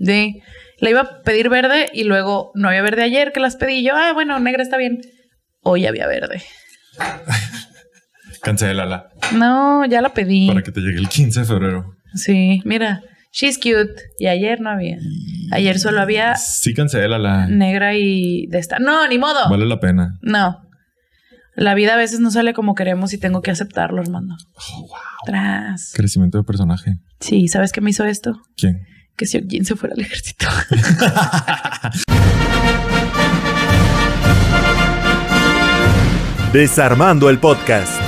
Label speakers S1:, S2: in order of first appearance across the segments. S1: Sí. La iba a pedir verde y luego no había verde ayer que las pedí. Y yo, ah, bueno, negra está bien. Hoy había verde.
S2: Cancélala
S1: No, ya la pedí.
S2: para que te llegue el 15 de febrero.
S1: Sí, mira, she's cute. Y ayer no había. Ayer solo había
S2: Sí, cancélala.
S1: negra y de esta. No, ni modo.
S2: Vale la pena.
S1: No. La vida a veces no sale como queremos y tengo que aceptarlo, hermano.
S2: Oh,
S1: Tras.
S2: Crecimiento de personaje.
S1: Sí, ¿sabes qué me hizo esto?
S2: ¿Quién?
S1: Que si Jin se fuera al ejército.
S3: Desarmando el podcast.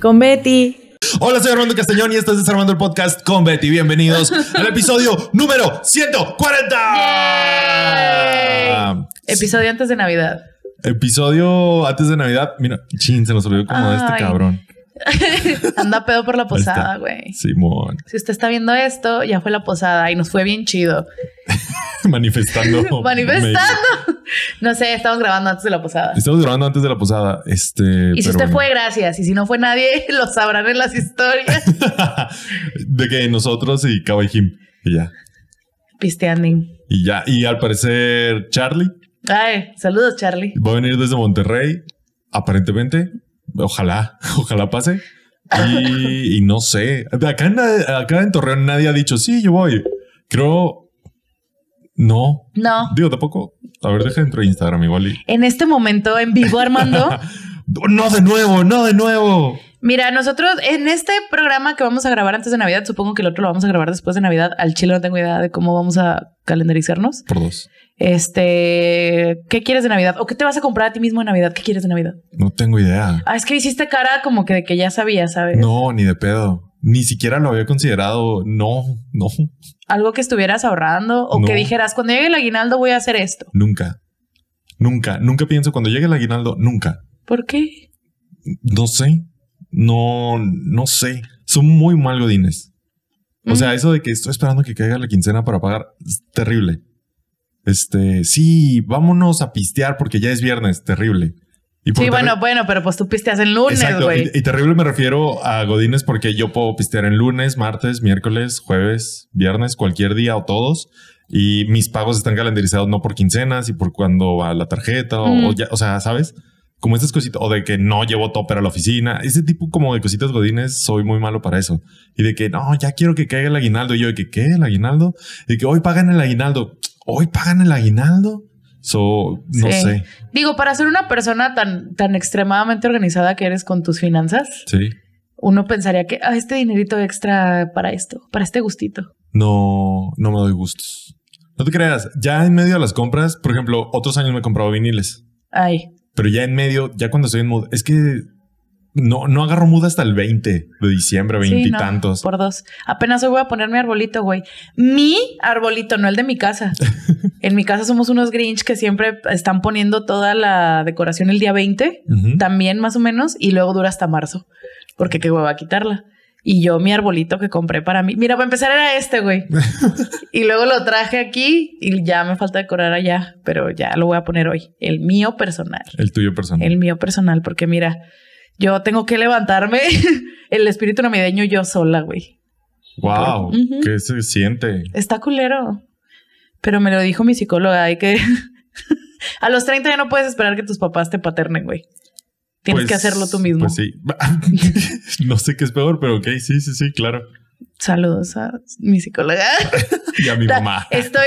S4: Con Betty.
S2: Hola, soy Armando Castañón y estás desarmando el podcast con Betty. Bienvenidos al episodio número 140.
S1: Episodio antes de Navidad.
S2: Em, Episodio antes de Navidad. Mira, chin, se nos olvidó como de este
S1: Ay.
S2: cabrón.
S1: Anda pedo por la
S2: Ahí está.
S1: posada, güey.
S2: Simón,
S1: Si usted está viendo esto, ya fue la posada y nos fue bien chido.
S2: manifestando.
S1: Manifestando. No sé, estamos grabando antes de la posada.
S2: Estamos grabando antes de la posada. Este.
S1: Y si
S2: pero
S1: usted
S2: bueno.
S1: fue, gracias. Y si no fue nadie, lo sabrán en las historias.
S2: de que nosotros y Cowboy Jim. Y ya.
S1: Pisteanding.
S2: Y ya. Y al parecer, Charlie
S1: Ay, saludos, Charlie.
S2: va a venir desde Monterrey. Aparentemente. Ojalá, ojalá pase. Y, y no sé. Acá en, acá en Torreón nadie ha dicho, sí, yo voy. Creo. No.
S1: No,
S2: Digo, tampoco. A ver, deja dentro de Instagram igual y.
S1: en este momento en vivo, Armando.
S2: No de nuevo, no de nuevo.
S1: Mira, nosotros en este programa que vamos a grabar antes de Navidad, supongo que el otro lo vamos a grabar después de Navidad. Al chile no tengo idea de cómo vamos a calendarizarnos.
S2: Por dos.
S1: Este, ¿qué quieres de Navidad? ¿O qué te vas a comprar a ti mismo en Navidad? ¿Qué quieres de Navidad?
S2: No tengo idea.
S1: Ah, es que hiciste cara como que de que ya sabías, ¿sabes?
S2: No, ni de pedo. Ni siquiera lo había considerado. No, no,
S1: Algo que estuvieras ahorrando o
S2: No.
S1: que dijeras, cuando llegue el aguinaldo voy a hacer esto.
S2: nunca. Nunca, nunca pienso cuando llegue el aguinaldo, nunca.
S1: ¿Por qué?
S2: No sé. No, no sé. Son muy mal godines. O sea, eso de que estoy esperando que caiga la quincena para pagar es terrible. Este, sí, vámonos a pistear porque ya es viernes, terrible. Y por
S1: Sí,
S2: terri-
S1: bueno, bueno, pero pues tú pisteas el lunes,
S2: Exacto,
S1: güey.
S2: Y, y terrible me refiero a Godines porque yo puedo pistear en lunes, martes, miércoles, jueves, viernes, cualquier día o todos. Y mis pagos están calendarizados no por quincenas y por cuando va la tarjeta o,
S1: Mm.
S2: o ya, o sea, ¿sabes? Como estas cositas, o de que no llevo topper a la oficina, ese tipo como de cositas godines, soy muy malo para eso. Y de que no, ya quiero que caiga el aguinaldo. Y yo de que, ¿qué? ¿El aguinaldo? Y de que hoy pagan el aguinaldo. ¿Hoy pagan el aguinaldo? So, no
S1: Sí.
S2: sé.
S1: Digo, para ser una persona tan, tan extremadamente organizada que eres con tus finanzas,
S2: Sí.
S1: uno pensaría que ah, este dinerito extra para esto, para este gustito.
S2: No, no me doy gustos. No te creas, ya en medio de las compras, por ejemplo, otros años me he comprado viniles,
S1: Ay,
S2: pero ya en medio, ya cuando estoy en mood, es que no, no agarro mood hasta el 20 de diciembre,
S1: sí,
S2: 20 y
S1: no,
S2: tantos.
S1: Por dos. Apenas hoy voy a poner mi arbolito, güey. Mi arbolito, no el de mi casa. en mi casa somos unos Grinch que siempre están poniendo toda la decoración el día 20,
S2: Ujú.
S1: también más o menos, y luego dura hasta marzo, porque qué hueva quitarla. Y yo mi arbolito que compré para mí. Mira, para empezar era este, güey. y luego lo traje aquí y ya me falta decorar allá, pero ya lo voy a poner hoy. El mío personal.
S2: El tuyo personal.
S1: el mío personal, porque mira, yo tengo que levantarme el espíritu navideño yo sola, güey.
S2: Wow,
S1: Ujú.
S2: ¿qué se siente?
S1: Está culero. Pero me lo dijo mi psicóloga, hay que... a los 30 ya no puedes esperar que tus papás te paternen, güey. Tienes
S2: Pues-
S1: que hacerlo tú mismo.
S2: Pues sí. no sé qué es peor, pero ok, sí, sí, sí, claro.
S1: Saludos a mi psicóloga.
S2: Y a mi
S1: Ta- eh,
S2: mamá.
S1: Estoy...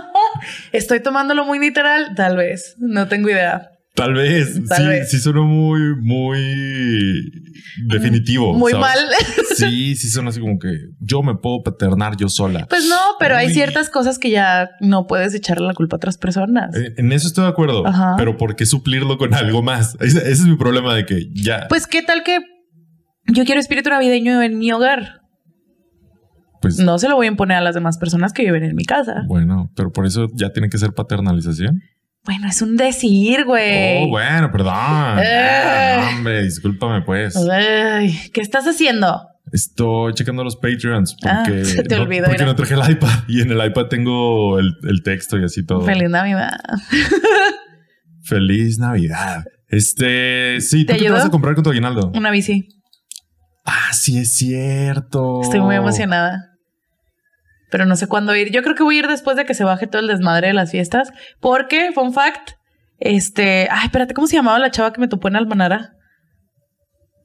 S1: Estoy tomándolo muy literal, tal vez. No tengo idea.
S2: Tal vez,
S1: Tal
S2: sí,
S1: vez.
S2: sí sonó muy, muy definitivo.
S1: Muy
S2: Oh, ¿sabes?
S1: mal.
S2: Sí, sí son así como que yo me puedo paternar yo sola.
S1: Pues no, pero hay
S2: Uy.
S1: ciertas cosas que ya no puedes echarle la culpa a otras personas.
S2: Eh, En eso estoy de acuerdo,
S1: Ajá.
S2: pero ¿por qué suplirlo con algo más? Ese, ese es mi problema de que ya, pues,
S1: Pues qué tal que yo quiero espíritu navideño en mi hogar. No se lo voy a imponer a las demás personas que viven en mi casa.
S2: pues, bueno, pero por eso ya tiene que ser paternalización.
S1: Bueno, es un decir, güey.
S2: Oh, bueno, perdón.
S1: Eh.
S2: Ah, hombre, discúlpame pues.
S1: Ay, ¿Qué estás haciendo?
S2: Estoy checando los Patreons
S1: Ah,
S2: porque,
S1: se te
S2: no,
S1: olvidó,
S2: porque
S1: mira.
S2: no traje el iPad y en el iPad tengo el, el texto y así todo.
S1: Feliz Navidad.
S2: Feliz Navidad. Este, sí, ¿tú
S1: ¿Te
S2: qué te
S1: ayudó?
S2: vas a comprar con tu aguinaldo?
S1: Una bici.
S2: Ah, sí, es cierto.
S1: Estoy muy emocionada. pero no sé cuándo ir. Yo creo que voy a ir después de que se baje todo el desmadre de las fiestas, porque, fun fact, este, ay, espérate, ¿cómo se llamaba la chava que me topó en Almanara?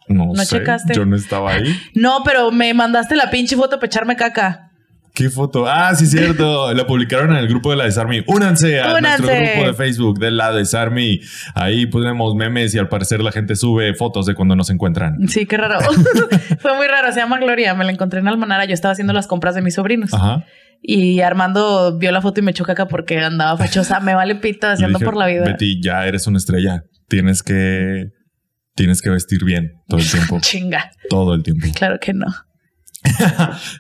S2: No,
S1: ¿No
S2: sé,
S1: checaste?
S2: yo no estaba ahí.
S1: No, pero me mandaste la pinche foto para echarme caca.
S2: ¿Qué foto? Ah, sí, cierto. La publicaron en el grupo de la Desarme. Únanse a nuestro
S1: Únanse.
S2: grupo de Facebook de la Desarme. Ahí ponemos memes y al parecer la gente sube fotos de cuando nos encuentran.
S1: Sí, qué raro. Fue muy raro. Se llama Gloria. Me la encontré en Almanara. Yo estaba haciendo las compras de mis sobrinos.
S2: Ajá.
S1: Y Armando vio la foto y me echó caca porque andaba fachosa. Me vale pito
S2: Le
S1: haciendo
S2: dije,
S1: por la vida.
S2: Betty, ya eres una estrella. Tienes que, tienes que vestir bien todo el tiempo.
S1: Chinga.
S2: todo el tiempo.
S1: Claro que no.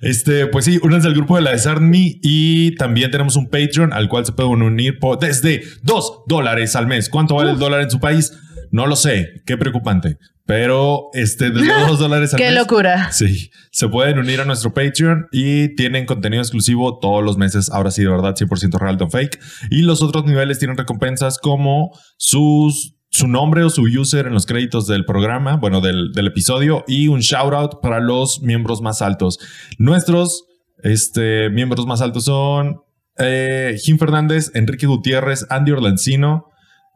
S2: Este, pues sí, únanse al grupo de la Desarme y también tenemos un Patreon al cual se pueden unir por- desde dos dólares al mes. ¿Cuánto vale el dólar en su país? No lo sé. Qué preocupante. Pero este, desde dos dólares al
S1: Qué
S2: mes.
S1: locura.
S2: Sí, se pueden unir a nuestro Patreon y tienen contenido exclusivo todos los meses. Ahora sí, de verdad, 100% real, don fake. Y los otros niveles tienen recompensas como sus, su nombre o su user en los créditos del programa, bueno, del, del episodio y un shout out para los miembros más altos. Nuestros este, miembros más altos son eh, Jim Fernández, Enrique Gutiérrez, Andy Orlancino.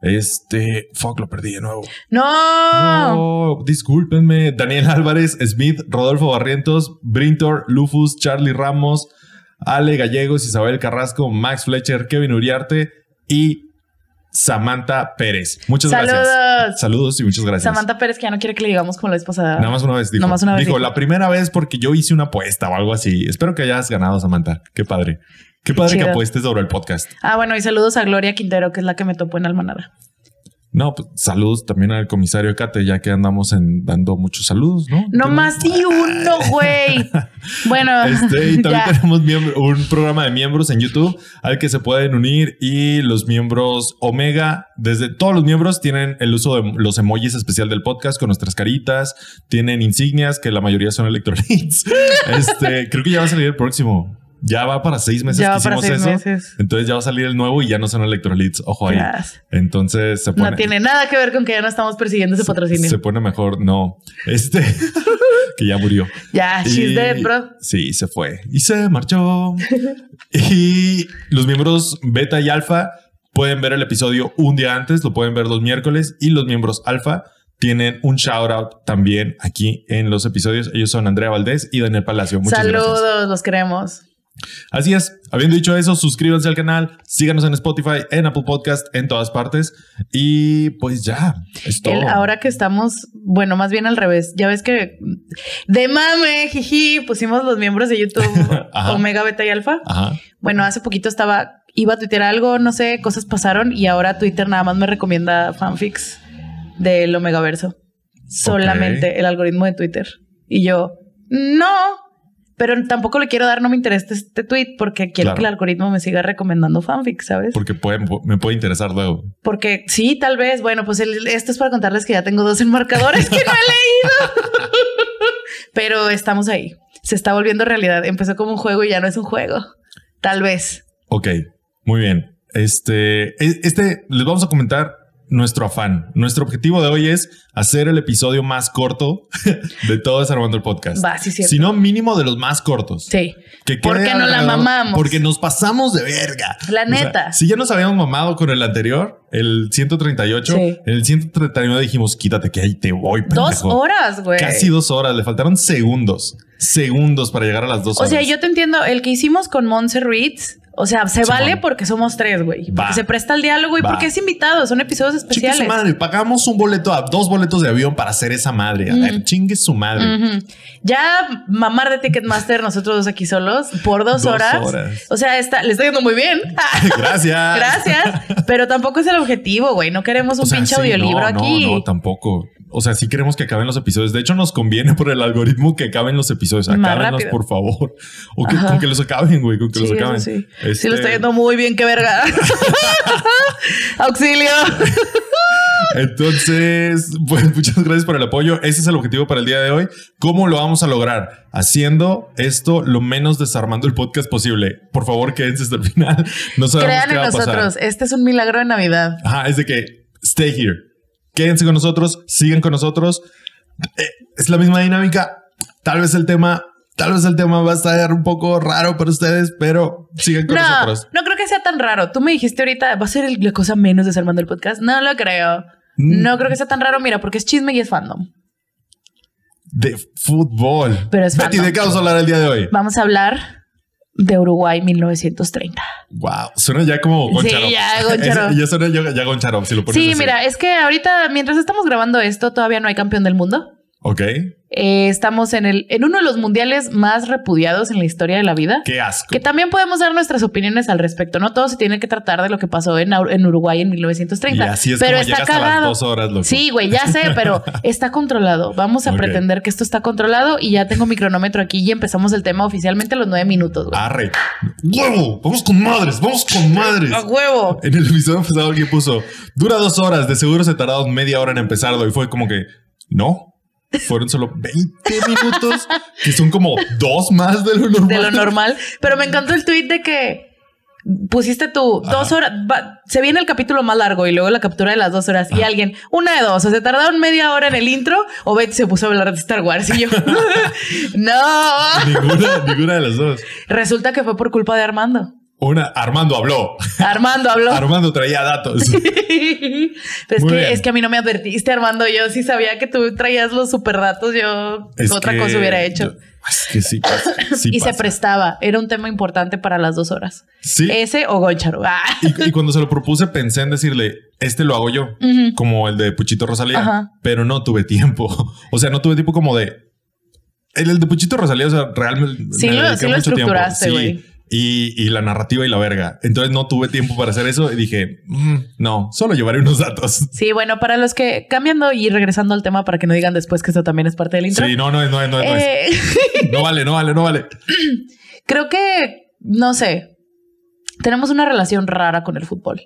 S2: Este, fuck, lo perdí de nuevo.
S1: No.
S2: No, discúlpenme. Daniel Álvarez, Smith, Rodolfo Barrientos, Brintor, Lufus, Charlie Ramos, Ale Gallegos, Isabel Carrasco, Max Fletcher, Kevin Uriarte y Samantha Pérez. Muchas gracias.
S1: Saludos.
S2: Saludos y muchas gracias.
S1: Samantha Pérez, que ya no quiere que le digamos como la vez pasada.
S2: Nada más una vez dijo.
S1: Nada más una vez
S2: dijo,
S1: dijo.
S2: la primera vez porque yo hice una apuesta o algo así. Espero que hayas ganado, Samantha. Qué padre. Qué padre que
S1: chido.
S2: apuestes sobre el podcast.
S1: Ah, bueno, y saludos a Gloria Quintero, que es la que me topó en Almanara.
S2: No, pues saludos también al comisario Cate, ya que andamos en, dando muchos saludos, ¿no?
S1: No
S2: Tenemos-
S1: más ni uno, güey. Bueno,
S2: Este, y también
S1: ya.
S2: tenemos miembro- un programa de miembros en YouTube al que se pueden unir y los miembros Omega, desde todos los miembros tienen el uso de los emojis especial del podcast con nuestras caritas, tienen insignias que la mayoría son electrolits. este, creo que ya va a salir el próximo. Ya va para seis meses
S1: ya
S2: que
S1: va para
S2: hicimos
S1: seis
S2: eso.
S1: meses.
S2: Entonces ya va a salir el nuevo y ya no son electrolits. Ojo ahí.
S1: Gracias.
S2: Entonces se pone.
S1: No tiene nada que ver con que ya no estamos persiguiendo ese patrocinio.
S2: Se pone mejor. No. Este. que ya murió.
S1: ya, she's
S2: Y-
S1: dead, bro.
S2: Sí, se fue. Y se marchó. y los miembros beta y alfa pueden ver el episodio un día antes, lo pueden ver los miércoles. Y los miembros alfa tienen un shout out también aquí en los episodios. Ellos son Andrea Valdés y Daniel Palacio. Muchas
S1: Saludos,
S2: gracias.
S1: los queremos.
S2: Así es. Habiendo dicho eso, suscríbanse al canal, síganos en Spotify, en Apple Podcast, en todas partes. Y pues ya, es todo.
S1: El- ahora que estamos, bueno, más bien al revés. Ya ves que de mame, jiji, pusimos los miembros de YouTube
S2: Ajá.
S1: Omega, Beta y Alfa.
S2: Ajá.
S1: Bueno, hace poquito estaba, iba a tuitear algo, no sé, cosas pasaron y ahora Twitter nada más me recomienda fanfics del Omegaverso. Solamente el algoritmo de Twitter. Y yo, no, pero tampoco le quiero dar, no me interesa este tweet porque quiero
S2: Claro.
S1: que el algoritmo me siga recomendando fanfics, ¿sabes?
S2: Porque puede- me puede interesar luego.
S1: Porque sí, tal vez. Bueno, pues el- esto es para contarles que ya tengo dos enmarcadores que no he leído. Pero estamos ahí. Se está volviendo realidad. Empezó como un juego y ya no es un juego. Tal vez.
S2: Ok, muy bien. Este, e- este, les vamos a comentar nuestro afán. Nuestro objetivo de hoy es hacer el episodio más corto de todo Desarmando el Podcast.
S1: Va, sí, cierto.
S2: Si no, mínimo de los más cortos.
S1: Sí.
S2: Que
S1: Porque
S2: quede
S1: no la
S2: alrededor-
S1: mamamos.
S2: Porque nos pasamos de verga.
S1: La
S2: O sea,
S1: neta.
S2: si ya nos habíamos mamado con el anterior, el 138,
S1: Sí.
S2: en el 139 dijimos, quítate que ahí te voy,
S1: Dos
S2: pendejo".
S1: horas, güey.
S2: Casi dos horas. Le faltaron segundos. Segundos para llegar a las dos
S1: O
S2: horas.
S1: sea, yo te entiendo. El que hicimos con Monse Reeds, o sea, se
S2: Simón.
S1: vale porque somos tres, güey.
S2: Va.
S1: Porque se presta el diálogo y
S2: Va.
S1: porque es invitado. Son episodios
S2: Chingue su
S1: especiales.
S2: madre, pagamos un boleto a dos boletos de avión para hacer esa madre. A
S1: Mm.
S2: ver, chingue su madre.
S1: Ujú. Ya mamar de Ticketmaster nosotros dos aquí solos por dos,
S2: Dos
S1: horas.
S2: horas.
S1: O sea, está, le está yendo muy bien.
S2: Gracias.
S1: Gracias. Pero tampoco es el objetivo, güey. No queremos un
S2: O sea,
S1: pinche
S2: sí,
S1: audiolibro
S2: no,
S1: aquí.
S2: No, no, tampoco. O sea, sí queremos que acaben los episodios. De hecho, nos conviene por el algoritmo que acaben los episodios.
S1: Más
S2: Acábenlos,
S1: rápido.
S2: por favor. O que,
S1: Ajá.
S2: con que los acaben, güey. Con que
S1: Sí,
S2: los
S1: eso
S2: acaben.
S1: sí. Sí,
S2: Este,
S1: lo está yendo muy bien, qué verga. Auxilio.
S2: Entonces, pues muchas gracias por el apoyo. Ese es el objetivo para el día de hoy. ¿Cómo lo vamos a lograr? Haciendo esto lo menos desarmando el podcast posible. Por favor, quédense hasta el final. No sabemos
S1: Crean
S2: qué
S1: en
S2: va a pasar.
S1: nosotros. Este es un milagro de Navidad.
S2: Ajá, es de que stay here. Quédense con nosotros, sigan con nosotros. Eh, es la misma dinámica. Tal vez el tema Tal vez el tema va a estar un poco raro para ustedes, pero sigan con
S1: No,
S2: nosotros.
S1: no creo que sea tan raro. Tú me dijiste ahorita, va a ser el- la cosa menos desarmando el podcast. No lo creo.
S2: Mm.
S1: No creo que sea tan raro, mira, porque es chisme y es fandom.
S2: De fútbol.
S1: Pero es
S2: Betty,
S1: fandom.
S2: ¿de qué vamos a hablar el día de hoy?
S1: Vamos a hablar de Uruguay 1930.
S2: Wow, suena ya como Goncharov.
S1: ya, Goncharov.
S2: Es- ya suena ya, ya Goncharov, si lo pones
S1: Sí,
S2: así.
S1: mira, es que ahorita, mientras estamos grabando esto, todavía no hay campeón del mundo.
S2: Ok.
S1: Eh, estamos en, el, en uno de los mundiales más repudiados en la historia de la vida.
S2: Qué asco.
S1: Que también podemos dar nuestras opiniones al respecto. No todo se tiene que tratar de lo que pasó en, Aur- en Uruguay en
S2: y
S1: 1930.
S2: así es
S1: pero
S2: como
S1: está
S2: llegas a las
S1: cagado.
S2: dos horas, loco.
S1: Sí, güey, ya sé, pero está controlado. Vamos a
S2: Ok.
S1: pretender que esto está controlado y ya tengo mi cronómetro aquí y empezamos el tema oficialmente a los nueve minutos, güey.
S2: Arre. ¡Huevo! Vamos con madres, vamos con madres.
S1: ¡A huevo!
S2: En el episodio pasado alguien puso, dura dos horas, de seguro se tardaron media hora en empezarlo. Y fue como que, no, fueron solo 20 minutos, que son como dos más de lo normal.
S1: De lo normal. Pero me encantó el tweet de que pusiste tú dos horas. va- se viene el capítulo más largo y luego la captura de las dos horas. Y alguien, una de dos, o se tardaron media hora en el intro o Betty se puso a hablar de Star Wars y yo, no.
S2: Ninguna, ninguna de las dos.
S1: Resulta que fue por culpa de Armando.
S2: Una, Armando habló.
S1: Armando habló.
S2: Armando traía datos.
S1: Pero es,
S2: Muy
S1: que,
S2: bien.
S1: es que a mí no me advertiste, Armando. Yo sí sabía que tú traías los superdatos. Yo
S2: Es
S1: otra
S2: que-
S1: cosa hubiera hecho.
S2: yo- es que sí pasa, sí
S1: y se
S2: pasa.
S1: prestaba. Era un tema importante para las dos horas.
S2: Sí.
S1: Ese o Goncharo. Ah.
S2: Y, y cuando se lo propuse, pensé en decirle, este lo hago yo,
S1: Ujú.
S2: como el de Puchito Rosalía,
S1: Ajá.
S2: pero no tuve tiempo. O sea, no tuve tiempo como de. El, el de Puchito Rosalía, o sea, realmente.
S1: Sí lo-
S2: dediqué
S1: sí lo estructuraste, güey.
S2: Y, y la narrativa y la verga. Entonces no tuve tiempo para hacer eso y dije, "Mm, no, solo llevaré unos datos.
S1: Sí, bueno, para los que cambiando y regresando al tema para que no digan después que esto también es parte del intro.
S2: Sí, no, no es, no es, no es, no es.
S1: Eh,
S2: No vale, no vale, no vale.
S1: creo que, no sé, tenemos una relación rara con el fútbol.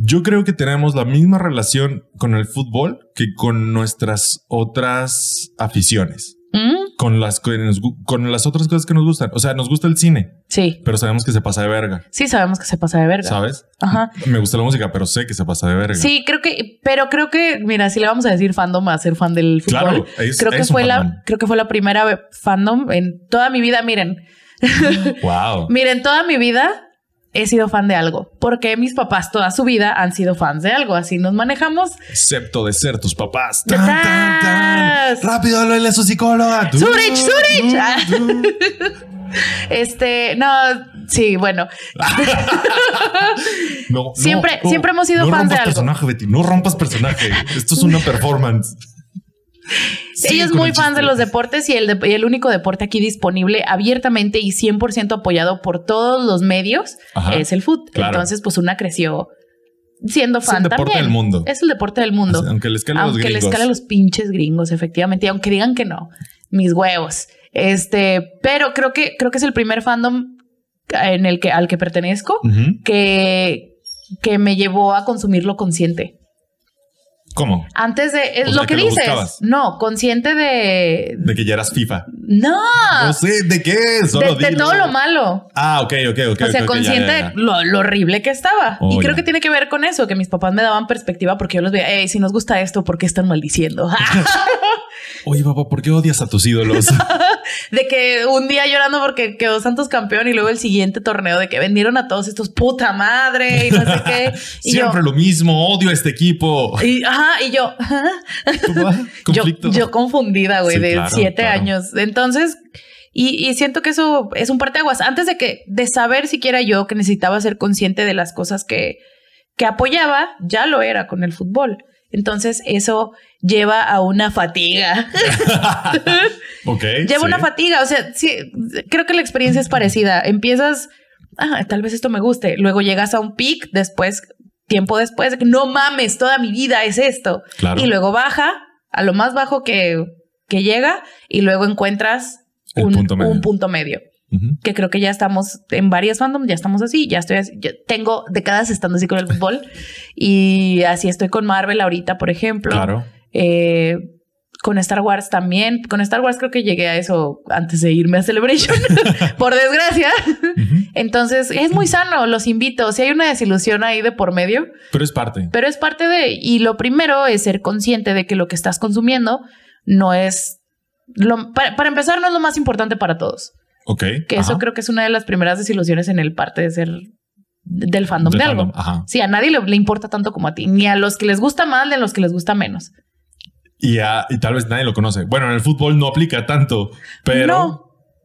S2: Yo creo que tenemos la misma relación con el fútbol que con nuestras otras aficiones,
S1: ¿Mm?
S2: con las, que nos gu- con las otras cosas que nos gustan. O sea, nos gusta el cine,
S1: Sí,
S2: pero sabemos que se pasa de verga,
S1: sí sabemos que se pasa de verga.
S2: ¿sabes?
S1: Ajá.
S2: Me gusta la música, pero sé que se pasa de verga.
S1: Sí, creo que, pero creo que, mira, si le vamos a decir fandom a ser fan del fútbol.
S2: Claro, es-
S1: creo que
S2: es un
S1: fue
S2: fandom.
S1: la, creo que fue la primera ve- fandom en toda mi vida. Miren,
S2: Wow.
S1: miren, toda mi vida he sido fan de algo, porque mis papás toda su vida han sido fans de algo. Así nos manejamos.
S2: Excepto de ser tus papás.
S1: ¡Tan, tan, tan!
S2: Rápido, háblale a su psicóloga. Du-
S1: Zurich, Zurich.
S2: du-
S1: Ah.
S2: du-
S1: Este, no, sí, bueno,
S2: No, no,
S1: Siempre-
S2: no,
S1: siempre hemos sido
S2: no
S1: fans de
S2: rompas
S1: algo.
S2: personaje, Betty. No rompas personaje. Esto es una performance. Sigue
S1: ella es
S2: con
S1: muy
S2: el
S1: fan de
S2: chiste.
S1: los deportes y el, dep- y el único deporte aquí disponible abiertamente y 100% apoyado por todos los medios
S2: Ajá.
S1: es el fútbol.
S2: Claro.
S1: Entonces, pues una creció siendo
S2: Es
S1: fan
S2: el deporte
S1: también.
S2: del mundo.
S1: Es el deporte del mundo.
S2: O sea, Aunque le escale a los
S1: Aunque le
S2: gringos.
S1: escala a los pinches gringos, efectivamente. Y aunque digan que no, mis huevos. Este, pero creo que, creo que es el primer fandom en el que, al que pertenezco
S2: Ujú.
S1: que, que me llevó a consumirlo consciente.
S2: ¿Cómo?
S1: Antes de es
S2: O
S1: lo
S2: sea,
S1: que,
S2: que lo
S1: dices,
S2: buscabas.
S1: no, consciente de
S2: De que ya eras FIFA.
S1: no,
S2: No sé de qué. Solo
S1: Ah. de, de
S2: dilo.
S1: todo lo malo.
S2: Ah, ok, ok, ok.
S1: o sea,
S2: ok, ok, ya,
S1: consciente
S2: ya, ya.
S1: de lo, lo horrible que estaba.
S2: Oh,
S1: y creo
S2: ya.
S1: que tiene que ver con eso, que mis papás me daban perspectiva porque yo los veía, "Ey, si nos gusta esto, ¿por qué están maldiciendo?
S2: Oye, papá, ¿por qué odias a tus ídolos?
S1: De que un día llorando porque quedó Santos campeón y luego el siguiente torneo de que vendieron a todos estos puta madre y no sé qué. Y yo,
S2: Siempre lo mismo. Odio a este equipo.
S1: y, ajá, y yo, ajá. yo,
S2: Conflicto.
S1: yo confundida, güey,
S2: Sí,
S1: de
S2: claro,
S1: siete
S2: claro.
S1: años. Entonces, y, y siento que eso es un parteaguas. Antes de que, de saber siquiera yo que necesitaba ser consciente de las cosas que, que apoyaba, ya lo era con el fútbol. Entonces, eso lleva a una fatiga.
S2: ok.
S1: Lleva
S2: sí.
S1: una fatiga. O sea, sí, creo que la experiencia es parecida. Empiezas, ah, tal vez esto me guste. Luego llegas a un peak, después, tiempo después, de que, no mames, toda mi vida es esto.
S2: Claro.
S1: Y luego baja a lo más bajo que, que llega y luego encuentras
S2: El
S1: un,
S2: punto medio.
S1: un punto medio.
S2: Ujú.
S1: Que creo que ya estamos en varias fandom, ya estamos así, ya estoy así. Yo tengo décadas estando así con el fútbol y así estoy con Marvel ahorita, por ejemplo.
S2: Claro.
S1: Eh, con Star Wars también. Con Star Wars creo que llegué a eso antes de irme a Celebration, por desgracia.
S2: Ujú.
S1: Entonces es muy sano, los invito. Si hay una desilusión ahí de por medio,
S2: Pero es parte.
S1: pero es parte de. Y lo primero es ser consciente de que lo que estás consumiendo no es lo- para, para empezar, no es lo más importante para todos.
S2: Ok.
S1: Que eso
S2: ajá.
S1: creo que es una de las primeras desilusiones en el parte de ser del fandom de,
S2: Del
S1: algo.
S2: fandom, Ajá.
S1: Sí, a nadie le, le importa tanto como a ti, ni a los que les gusta más, ni a los que les gusta menos.
S2: Y, ah, y tal vez nadie lo conoce. Bueno, en el fútbol no aplica tanto, pero,
S1: No.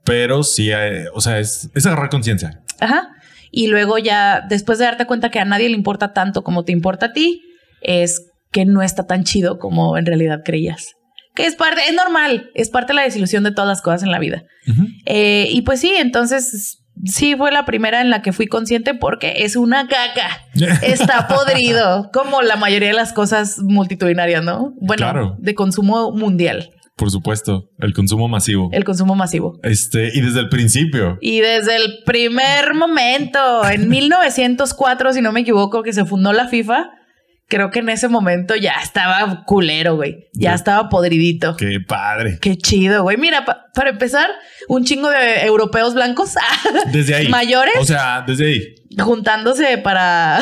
S2: pero sí, eh, o sea, es, es agarrar conciencia.
S1: Ajá. Y luego ya, después de darte cuenta que a nadie le importa tanto como te importa a ti, es que no está tan chido como en realidad creías. Que es parte, es normal, es parte de la desilusión de todas las cosas en la vida. Eh, y pues sí, entonces sí fue la primera en la que fui consciente porque es una caca. Está podrido, como la mayoría de las cosas multitudinarias, ¿no? Bueno,
S2: Claro.
S1: de consumo mundial,
S2: Por supuesto, el consumo masivo.
S1: el consumo masivo.
S2: Este, y desde el principio.
S1: Y desde el primer momento, en 1904, si no me equivoco, que se fundó la FIFA, creo que en ese momento ya estaba culero, güey. Ya
S2: Ya.
S1: estaba podridito.
S2: Qué padre.
S1: Qué chido, güey. Mira, pa- para empezar, un chingo de europeos blancos
S2: Desde ahí.
S1: ¿Mayores?
S2: O sea, desde ahí.
S1: juntándose para,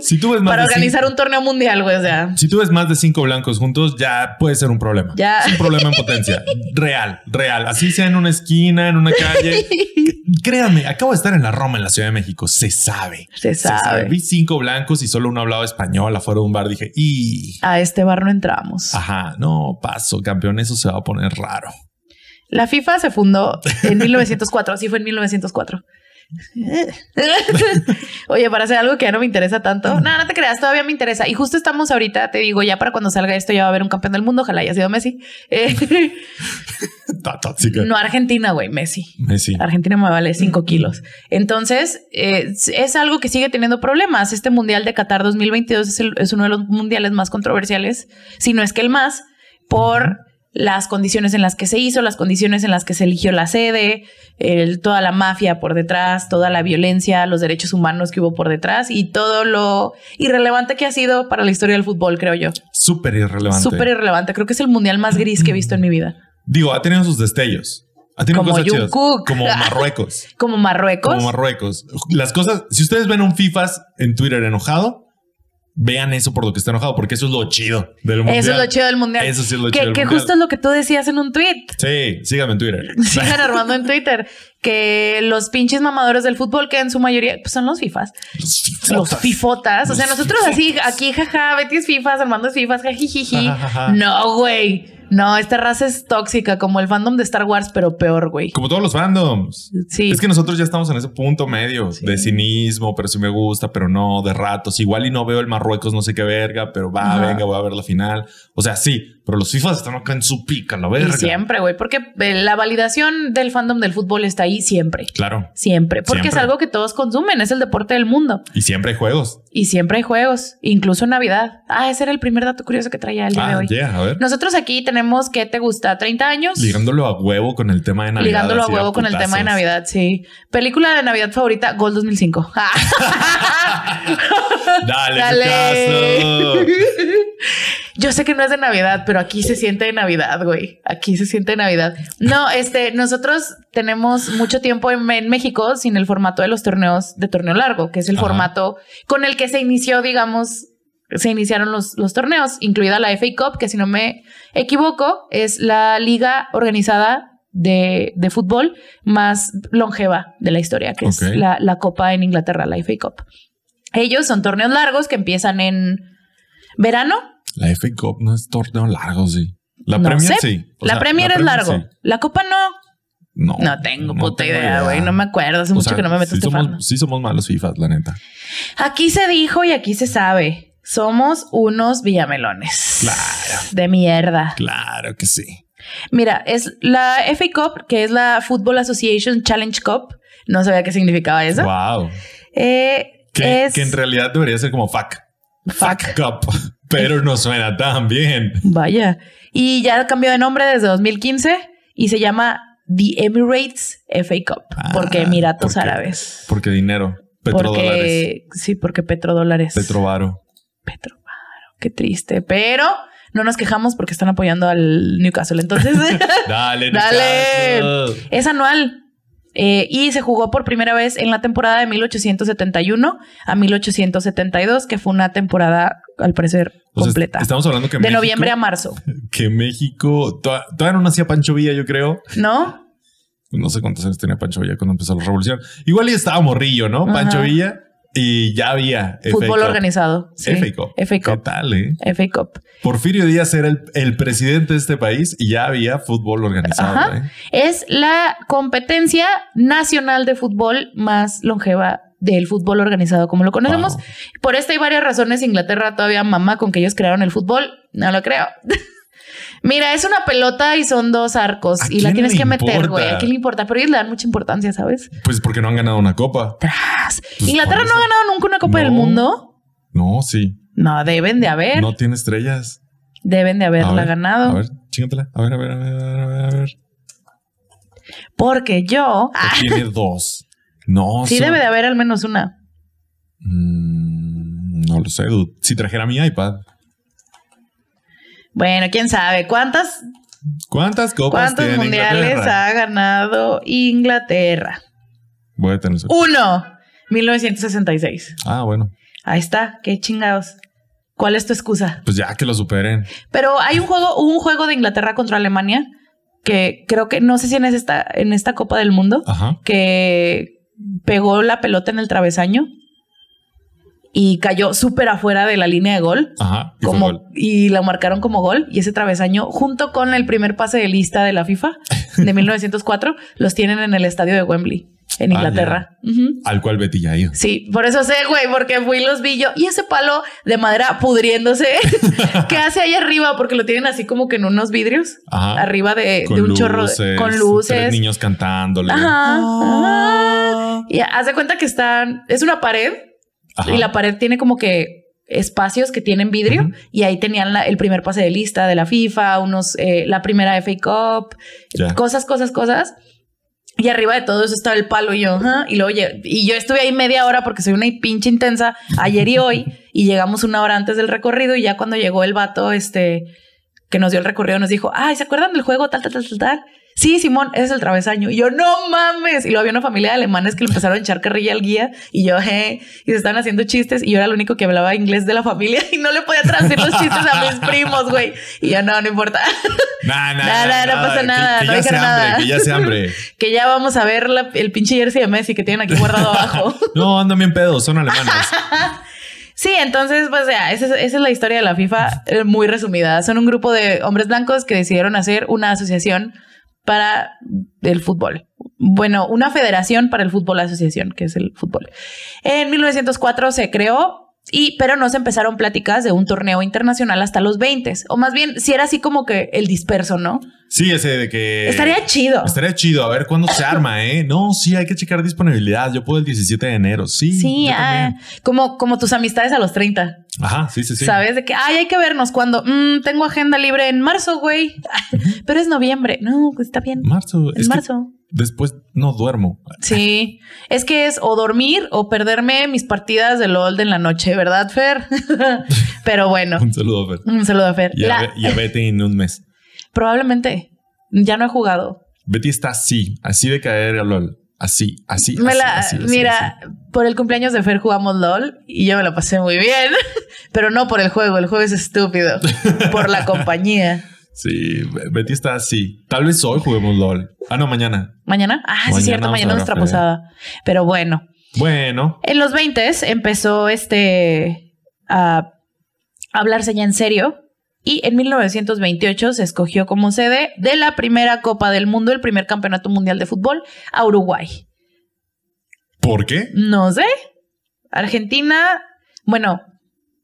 S2: Si tú ves más
S1: para
S2: de
S1: organizar un torneo mundial, güey. O sea,
S2: cinco- si tú ves más de cinco blancos juntos, ya puede ser un problema.
S1: Ya.
S2: Es un problema en potencia. Real, real. Así sea en una esquina, en una calle. Créame, acabo de estar en la Roma, en la Ciudad de México. Se sabe.
S1: se
S2: Se sabe.
S1: sabe.
S2: Vi cinco blancos y solo uno hablaba español afuera de un bar. Dije, y
S1: A este bar no entramos.
S2: ajá, no paso, campeón. Eso se va a poner raro.
S1: La FIFA se fundó en 1904, así fue en 1904. Oye, para hacer algo que ya no me interesa tanto. No, no te creas, todavía me interesa. Y justo estamos ahorita, te digo, ya para cuando salga esto ya va a haber un campeón del mundo, ojalá haya sido Messi. Eh,
S2: Está tóxica.
S1: no Argentina, güey, Messi.
S2: Messi.
S1: Argentina me vale 5 kilos. Entonces, eh, es algo que sigue teniendo problemas. Este Mundial de Qatar 2022 es, el- es uno de los mundiales más controversiales, si no es que el más, por las condiciones en las que se hizo, las condiciones en las que se eligió la sede, el- toda la mafia por detrás, toda la violencia, los derechos humanos que hubo por detrás y todo lo irrelevante que ha sido para la historia del fútbol, creo yo.
S2: Súper irrelevante.
S1: Súper irrelevante. Creo que es el mundial más gris que he visto en mi vida.
S2: Digo, ha tenido sus destellos. Ha tenido
S1: Como
S2: cosas
S1: Jung
S2: chidas.
S1: Kook.
S2: Como Marruecos.
S1: Como Marruecos.
S2: Como Marruecos. Las cosas, si ustedes ven un FIFAs en Twitter enojado, vean eso por lo que está enojado, porque eso es lo chido del mundial.
S1: Eso es lo chido del mundial.
S2: Eso sí es lo
S1: que,
S2: chido del
S1: que
S2: mundial.
S1: justo es lo que tú decías en un tweet.
S2: Sí, síganme en Twitter.
S1: Sigan armando en Twitter que los pinches mamadores del fútbol, que en su mayoría pues, son los FIFAs,
S2: Los
S1: los
S2: fifotas.
S1: FIFOTAS. O sea,
S2: Los
S1: nosotros así, aquí, jaja, Betty es FIFAs, Armando es FIFAs, jajijiji.
S2: Ajá, ajá.
S1: No, güey. No, esta raza es tóxica, como el fandom de Star Wars, pero peor, güey.
S2: Como todos los fandoms.
S1: Sí.
S2: Es que nosotros ya estamos en ese punto medio de cinismo, pero sí me gusta, pero no, de ratos. Igual y no veo el Marruecos, no sé qué verga, pero va,
S1: Ajá.
S2: venga, voy a ver la final. O sea, sí, pero los FIFAs están acá en su pica, la
S1: y
S2: verga.
S1: siempre, güey, porque eh, la validación del fandom del fútbol está ahí siempre.
S2: Claro.
S1: Siempre, porque es
S2: Siempre.
S1: algo que todos consumen, es el deporte del mundo.
S2: Y siempre hay juegos.
S1: Y siempre hay juegos, incluso en Navidad. Ah, ese era el primer dato curioso que traía el día de
S2: Ah,
S1: hoy.
S2: yeah, a ver.
S1: Nosotros aquí tenemos que te gusta 30 años.
S2: Ligándolo a huevo con el tema de Navidad.
S1: Ligándolo a
S2: así,
S1: huevo con el
S2: putazos.
S1: tema de Navidad, sí. Película de Navidad favorita, Gol 2005.
S2: Dale,
S1: Dale.
S2: Picasso.
S1: Yo sé que no es de Navidad, pero aquí se siente de Navidad, güey. Aquí se siente de Navidad. No, este, nosotros tenemos mucho tiempo en, en México sin el formato de los torneos de torneo largo, que es el
S2: Ajá.
S1: formato con el que se inició, digamos, se iniciaron los, los torneos, incluida la FA Cup, que si no me equivoco, es la liga organizada de, de fútbol más longeva de la historia, que
S2: Ok.
S1: es la, la Copa en Inglaterra, la FA Cup. Ellos son torneos largos que empiezan en verano.
S2: La FA Cup no es torneo largo, sí. La
S1: No
S2: Premier
S1: sé.
S2: sí. O
S1: la
S2: sea,
S1: Premier es
S2: Premier,
S1: largo.
S2: sí.
S1: La Copa no.
S2: No,
S1: No tengo
S2: no
S1: puta
S2: tengo
S1: idea, güey. No me acuerdo. Hace
S2: O
S1: mucho
S2: sea,
S1: que no me meto a
S2: sí
S1: este fandom.
S2: somos, sí somos malos FIFAs, la neta.
S1: Aquí se dijo y aquí se sabe. Somos unos villamelones.
S2: Claro.
S1: De mierda.
S2: Claro que sí.
S1: Mira, es la FA Cup, que es la Football Association Challenge Cup. No sabía qué significaba eso.
S2: Wow.
S1: Eh,
S2: Que,
S1: es
S2: que en realidad debería ser como FAC.
S1: Fuck.
S2: Cup. Pero no suena tan bien.
S1: Vaya. Y ya cambió de nombre desde 2015 y se llama The Emirates FA Cup.
S2: Ah,
S1: porque Emiratos
S2: porque-
S1: Árabes.
S2: Porque dinero. Petrodólares.
S1: Porque, sí, porque petrodólares.
S2: Petrovaro.
S1: Petrovaro. Qué triste. Pero no nos quejamos porque están apoyando al Newcastle. Entonces,
S2: Dale,
S1: Dale.
S2: Newcastle.
S1: es anual. Eh, y se jugó por primera vez en la temporada de 1871 a 1872, que fue una temporada al parecer,
S2: O sea,
S1: completa.
S2: estamos hablando que
S1: de
S2: México-
S1: noviembre a marzo,
S2: que México toda- todavía no nacía Pancho Villa, yo creo.
S1: ¿no?
S2: No sé cuántos años tenía Pancho Villa cuando empezó la revolución. Igual y estaba morrillo, ¿no?
S1: Ajá.
S2: Pancho Villa y ya había FA
S1: Fútbol
S2: Cup.
S1: organizado. Sí.
S2: FA Cup.
S1: FA
S2: ¿Qué
S1: Cup.
S2: tal, eh?
S1: FA Cup.
S2: Porfirio Díaz era el, el presidente de este país y ya había fútbol organizado.
S1: Ajá.
S2: ¿eh?
S1: Es la competencia nacional de fútbol más longeva del fútbol organizado como lo conocemos.
S2: Wow.
S1: Por esta hay varias razones, Inglaterra todavía mamá con que ellos crearon el fútbol. No lo creo. Mira, es una pelota y son dos arcos
S2: ¿A
S1: y la
S2: quién
S1: tienes
S2: le
S1: que meter,
S2: importa?
S1: güey. ¿A quién le importa? Pero ellos le dan mucha importancia, ¿sabes?
S2: Pues porque no han ganado una copa.
S1: Tras.
S2: Pues,
S1: Inglaterra
S2: por
S1: no ha
S2: eso.
S1: ganado nunca una Copa del
S2: No.
S1: Mundo.
S2: No, sí.
S1: No, deben de haber.
S2: No tiene estrellas.
S1: Deben de
S2: A
S1: haberla
S2: ver,
S1: ganado.
S2: A ver, chingatela. A ver, a ver, a ver, a ver. a ver.
S1: Porque yo... Ah,
S2: Tiene dos. No,
S1: sí
S2: son-
S1: debe de haber al menos una.
S2: Mm, no lo sé, dude. Si trajera mi iPad,
S1: Bueno, quién sabe. ¿Cuántas
S2: ¿cuántas copas
S1: ¿Cuántos
S2: tiene
S1: mundiales
S2: Inglaterra?
S1: ha ganado Inglaterra?
S2: Voy a tener su-
S1: Uno, 1966.
S2: Ah, bueno.
S1: Ahí está, qué chingados. ¿Cuál es tu excusa?
S2: Pues ya que lo superen.
S1: Pero hay un juego, hubo un juego de Inglaterra contra Alemania que creo que no sé si en esta, en esta Copa del Mundo
S2: Ajá.
S1: que pegó la pelota en el travesaño y cayó súper afuera de la línea de gol.
S2: Ajá. Y fue
S1: como
S2: gol.
S1: y la marcaron como gol y ese travesaño junto con el primer pase de lista de la FIFA de 1904 los tienen en el estadio de Wembley en
S2: Ah,
S1: Inglaterra. Ujú.
S2: Al cual Betty ya iba.
S1: Sí, por eso sé, güey, porque fui y los vi yo y ese palo de madera pudriéndose que hace ahí arriba porque lo tienen así como que en unos vidrios
S2: Ajá.
S1: arriba de,
S2: Ah, Con
S1: de un
S2: luces,
S1: chorro de- con
S2: Tres
S1: luces.
S2: niños cantándole.
S1: Ajá.
S4: Ah.
S1: Y hace cuenta que están es una pared
S2: Ajá.
S1: y la pared tiene como que espacios que tienen vidrio
S2: Ujú.
S1: y ahí tenían la- el primer pase de lista de la FIFA, unos eh, la primera FA Cup,
S2: Ya.
S1: cosas, cosas, cosas. Y arriba de todo eso estaba el palo y yo, "Ajá", y luego lle- y yo estuve ahí media hora porque soy una pinche intensa ayer y hoy y llegamos una hora antes del recorrido y ya cuando llegó el vato este que nos dio el recorrido nos dijo, "Ay, ¿se acuerdan del juego tal tal tal tal?" tal? Sí, Simón, ese es el travesaño. Y yo, no mames. Y luego había una familia de alemanes que le empezaron a echar carrilla al guía. Y yo, eh, y se estaban haciendo chistes. Y yo era el único que hablaba inglés de la familia y no le podía traducir los chistes a mis primos, güey. Y yo, no, no importa.
S2: Nah, nah,
S1: Nah, nah, no pasa
S2: que-
S1: nada,
S2: Que,
S1: no
S2: ya
S1: dijeron
S2: se hambre,
S1: nada.
S2: que ya se hambre.
S1: que ya vamos a ver la- el pinche jersey de Messi que tienen aquí guardado abajo.
S2: No, andan bien pedos, son alemanes.
S1: Sí, entonces, pues, ya, esa, es- esa es la historia de la FIFA eh, muy resumida. Son un grupo de hombres blancos que decidieron hacer una asociación para el fútbol. Bueno, una federación para el fútbol asociación, que es el fútbol. En 1904 se creó. Y, pero no se empezaron pláticas de un torneo internacional hasta los 20, o más bien, si era así como que el disperso, ¿no?
S2: Sí, ese de que.
S1: Estaría chido.
S2: Eh, Estaría chido, a ver cuándo se arma, ¿eh? No, sí, hay que checar disponibilidad. Yo puedo el 17 de enero, sí.
S1: Sí,
S2: yo
S1: ah,
S2: también.
S1: como, como tus amistades a los 30.
S2: Ajá, sí, sí, sí.
S1: ¿Sabes? De que, ay, hay que vernos cuando mm, tengo agenda libre en marzo, güey. Pero es noviembre. No, pues está bien.
S2: Marzo.
S1: En
S2: es que
S1: marzo.
S2: después no duermo.
S1: Sí. Es que es o dormir o perderme mis partidas de LOL de en la noche, ¿verdad, Fer? Pero bueno,
S2: Un saludo, Fer.
S1: un saludo a Fer.
S2: Y a,
S1: La-
S2: Be- y a Betty en un mes.
S1: probablemente ya no he jugado.
S2: Betty está así, así de caer a LOL. Así, así.
S1: Me
S2: así,
S1: la-
S2: así, así,
S1: mira,
S2: así.
S1: por el cumpleaños de Fer jugamos LOL y yo me la pasé muy bien. Pero no por el juego, el juego es estúpido. Por la compañía.
S2: Sí, Be- Betty está así. Tal vez hoy juguemos LOL. Ah, no, mañana.
S1: ¿Mañana? Ah, sí,
S2: Mañana
S1: cierto,
S2: vamos a
S1: mañana
S2: ver a
S1: nuestra
S2: Fer.
S1: posada. Pero bueno.
S2: Bueno,
S1: En los 20 empezó este a hablarse ya en serio y en 1928 se escogió como sede de la primera Copa del Mundo, el primer campeonato mundial de fútbol a Uruguay.
S2: ¿por qué?
S1: No sé. Argentina, bueno,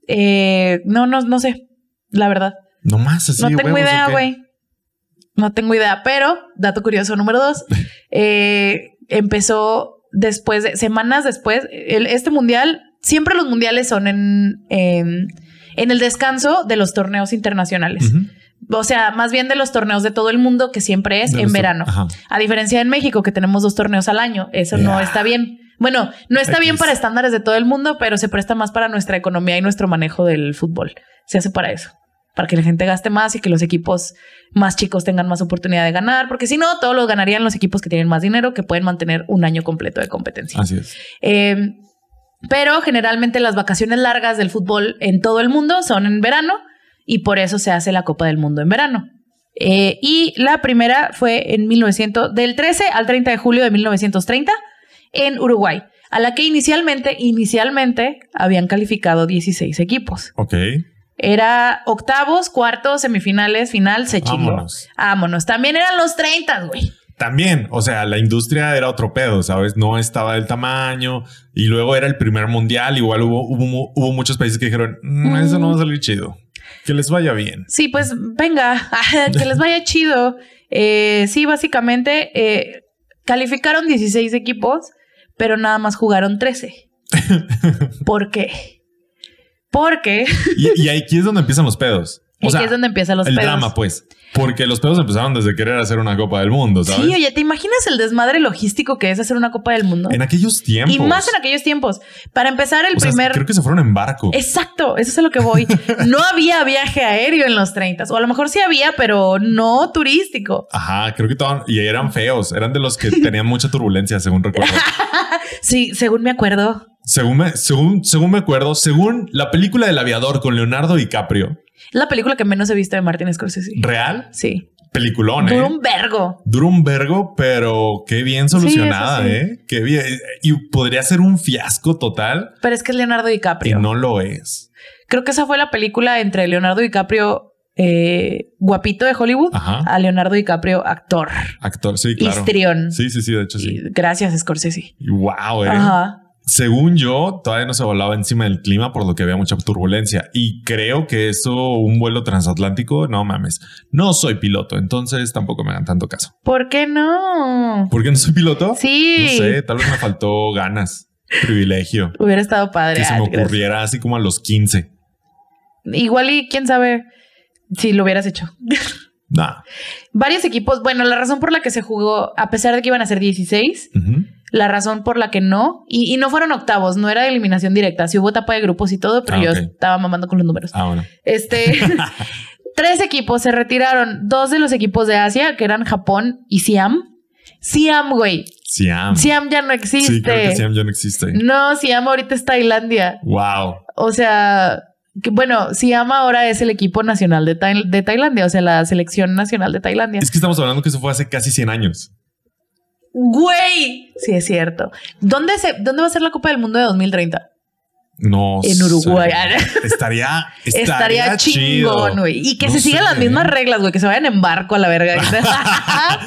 S1: eh, no, no, no sé, la verdad.
S2: Nomás así.
S1: No
S2: de
S1: tengo
S2: Pues huevos, ¿o
S1: idea,
S2: qué?
S1: güey. No tengo idea, pero dato curioso número dos, eh, empezó después, de, semanas después, el- este mundial, siempre los mundiales son en, en, en el descanso de los torneos internacionales,
S2: Ujú.
S1: o sea, más bien de los torneos de todo el mundo que siempre es
S2: De
S1: en
S2: nuestro-
S1: verano.
S2: Ajá.
S1: A diferencia en México, que tenemos dos torneos al año, eso no
S2: Ya.
S1: está bien. Bueno, no está
S2: Aquí
S1: bien
S2: es.
S1: para estándares de todo el mundo, pero se presta más para nuestra economía y nuestro manejo del fútbol. Se hace para eso, para que la gente gaste más y que los equipos más chicos tengan más oportunidad de ganar, porque si no, todos los ganarían los equipos que tienen más dinero, que pueden mantener un año completo de competencia.
S2: Así es.
S1: Eh, Pero generalmente las vacaciones largas del fútbol en todo el mundo son en verano y por eso se hace la Copa del Mundo en verano. Eh, y la primera fue en 1900, del 13 al 30 de julio de 1930 en Uruguay, a la que inicialmente, inicialmente habían calificado 16 equipos.
S2: Ok.
S1: Era octavos, cuartos, semifinales, final, se chingó.
S2: Vámonos.
S1: Vámonos. También eran los 30, güey.
S2: También, o sea, la industria era otro pedo, ¿sabes? No estaba del tamaño y luego era el primer mundial. Igual hubo, hubo, mu- hubo muchos países que dijeron, "Mm, eso no va a salir chido. Que les vaya bien.
S1: Sí, pues venga, que les vaya chido. Eh, sí, básicamente eh, calificaron 16 equipos, pero nada más jugaron 13. ¿Por qué? Porque
S2: Y, y aquí es donde empiezan los pedos. O
S1: aquí
S2: sea,
S1: es donde empiezan los
S2: el
S1: pedos.
S2: drama, pues. Porque los pedos empezaron desde querer hacer una Copa del Mundo, pues, ¿sabes?
S1: sí, oye, ¿te imaginas el desmadre logístico que es hacer una Copa del Mundo?
S2: en aquellos tiempos.
S1: Y más en aquellos tiempos. Para empezar, el
S2: O sea,
S1: primer...
S2: creo que se fueron en barco.
S1: Exacto, eso es a lo que voy. No había viaje aéreo en los 30, o a lo mejor sí había, pero no turístico.
S2: Ajá, creo que estaban y eran feos, eran de los que tenían mucha turbulencia, según recuerdo.
S1: Sí, según me acuerdo.
S2: según, me, según, según me acuerdo, según la película del aviador con Leonardo DiCaprio,
S1: Es la película que menos he visto de Martin Scorsese.
S2: real,
S1: Sí.
S2: peliculón,
S1: Duró
S2: ¿eh?
S1: un vergo.
S2: Duró un vergo, pero qué bien solucionada,
S1: Sí, eso
S2: ¿eh? Qué bien. Y podría ser un fiasco total
S1: Pero es que es Leonardo
S2: y
S1: DiCaprio.
S2: no lo es.
S1: Creo que esa fue la película entre Leonardo DiCaprio, eh, guapito de Hollywood,
S2: Ajá.
S1: a Leonardo DiCaprio, actor.
S2: Actor, sí, claro.
S1: Histrión.
S2: Sí, sí, sí, de hecho sí.
S1: Y Gracias, Scorsese.
S2: Y wow, ¿eh?
S1: Ajá.
S2: Según yo, todavía no se volaba encima del clima, por lo que había mucha turbulencia. Y creo que eso, un vuelo transatlántico, no mames. No soy piloto, entonces tampoco me hagan tanto caso.
S1: ¿Por qué no?
S2: ¿Por qué no soy piloto? No
S1: Sí.
S2: sé, tal vez me faltó ganas, privilegio.
S1: Hubiera estado padre.
S2: Que se
S1: Ah,
S2: me
S1: te creas.
S2: ocurriera así como a los 15.
S1: Igual y quién sabe si lo hubieras hecho.
S2: Nah.
S1: Varios equipos, bueno, la razón por la que se jugó, a pesar de que iban a ser 16,
S2: Ujú.
S1: la razón por la que no, y, y no fueron octavos, no era de eliminación directa, sí hubo etapa de grupos y todo, pero
S2: Ah,
S1: yo
S2: ok.
S1: estaba mamando con los números.
S2: Ah, bueno.
S1: Este, tres equipos se retiraron, dos de los equipos de Asia, que eran Japón y Siam. Siam, güey.
S2: Siam.
S1: Siam ya no existe.
S2: Ah. Sí, creo que Siam ya no existe.
S1: No, Siam ahorita es Tailandia.
S2: Wow.
S1: O sea, que, bueno, Siam ahora es el equipo nacional de, Tai- de Tailandia, o sea, la selección nacional de Tailandia.
S2: Es que estamos hablando que eso fue hace casi 100 años.
S1: Güey. Sí, es cierto. ¿Dónde, se, ¿Dónde va a ser la Copa del Mundo de 2030?
S2: No
S1: En
S2: sé.
S1: Uruguay.
S2: Estaría, estaría,
S1: Estaría chingón,
S2: chido.
S1: güey. Y que
S2: No
S1: se sigan
S2: sé.
S1: las mismas reglas, güey. Que se vayan en barco a la verga.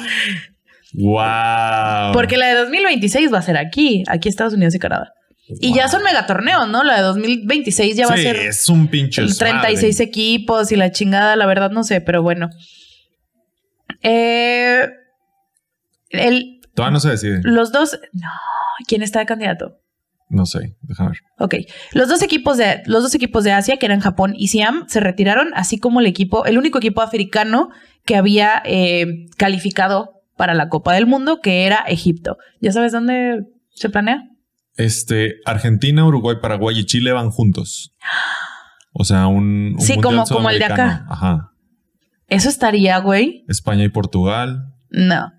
S2: Wow.
S1: Porque la de 2026 va a ser aquí. Aquí Estados Unidos y Canadá. Y ya son megatorneos, ¿no? La de 2026 ya va
S2: Sí,
S1: a ser
S2: es un pinche
S1: el 36
S2: desmadre.
S1: equipos y la chingada. La verdad no sé, pero bueno. Eh, el-
S2: Todavía no se decide.
S1: los dos... No, ¿quién está de candidato?
S2: No sé, déjame ver.
S1: Ok. Los dos equipos de los dos equipos de Asia, que eran Japón y Siam, se retiraron, así como el equipo, el único equipo africano que había eh, calificado para la Copa del Mundo, que era Egipto. ¿Ya sabes dónde se planea?
S2: Este, Argentina, Uruguay, Paraguay y Chile van juntos. O sea, un, un
S1: Sí,
S2: mundial
S1: como- como el de acá.
S2: sudamericano. Ajá.
S1: Eso estaría, güey.
S2: España y Portugal.
S1: No,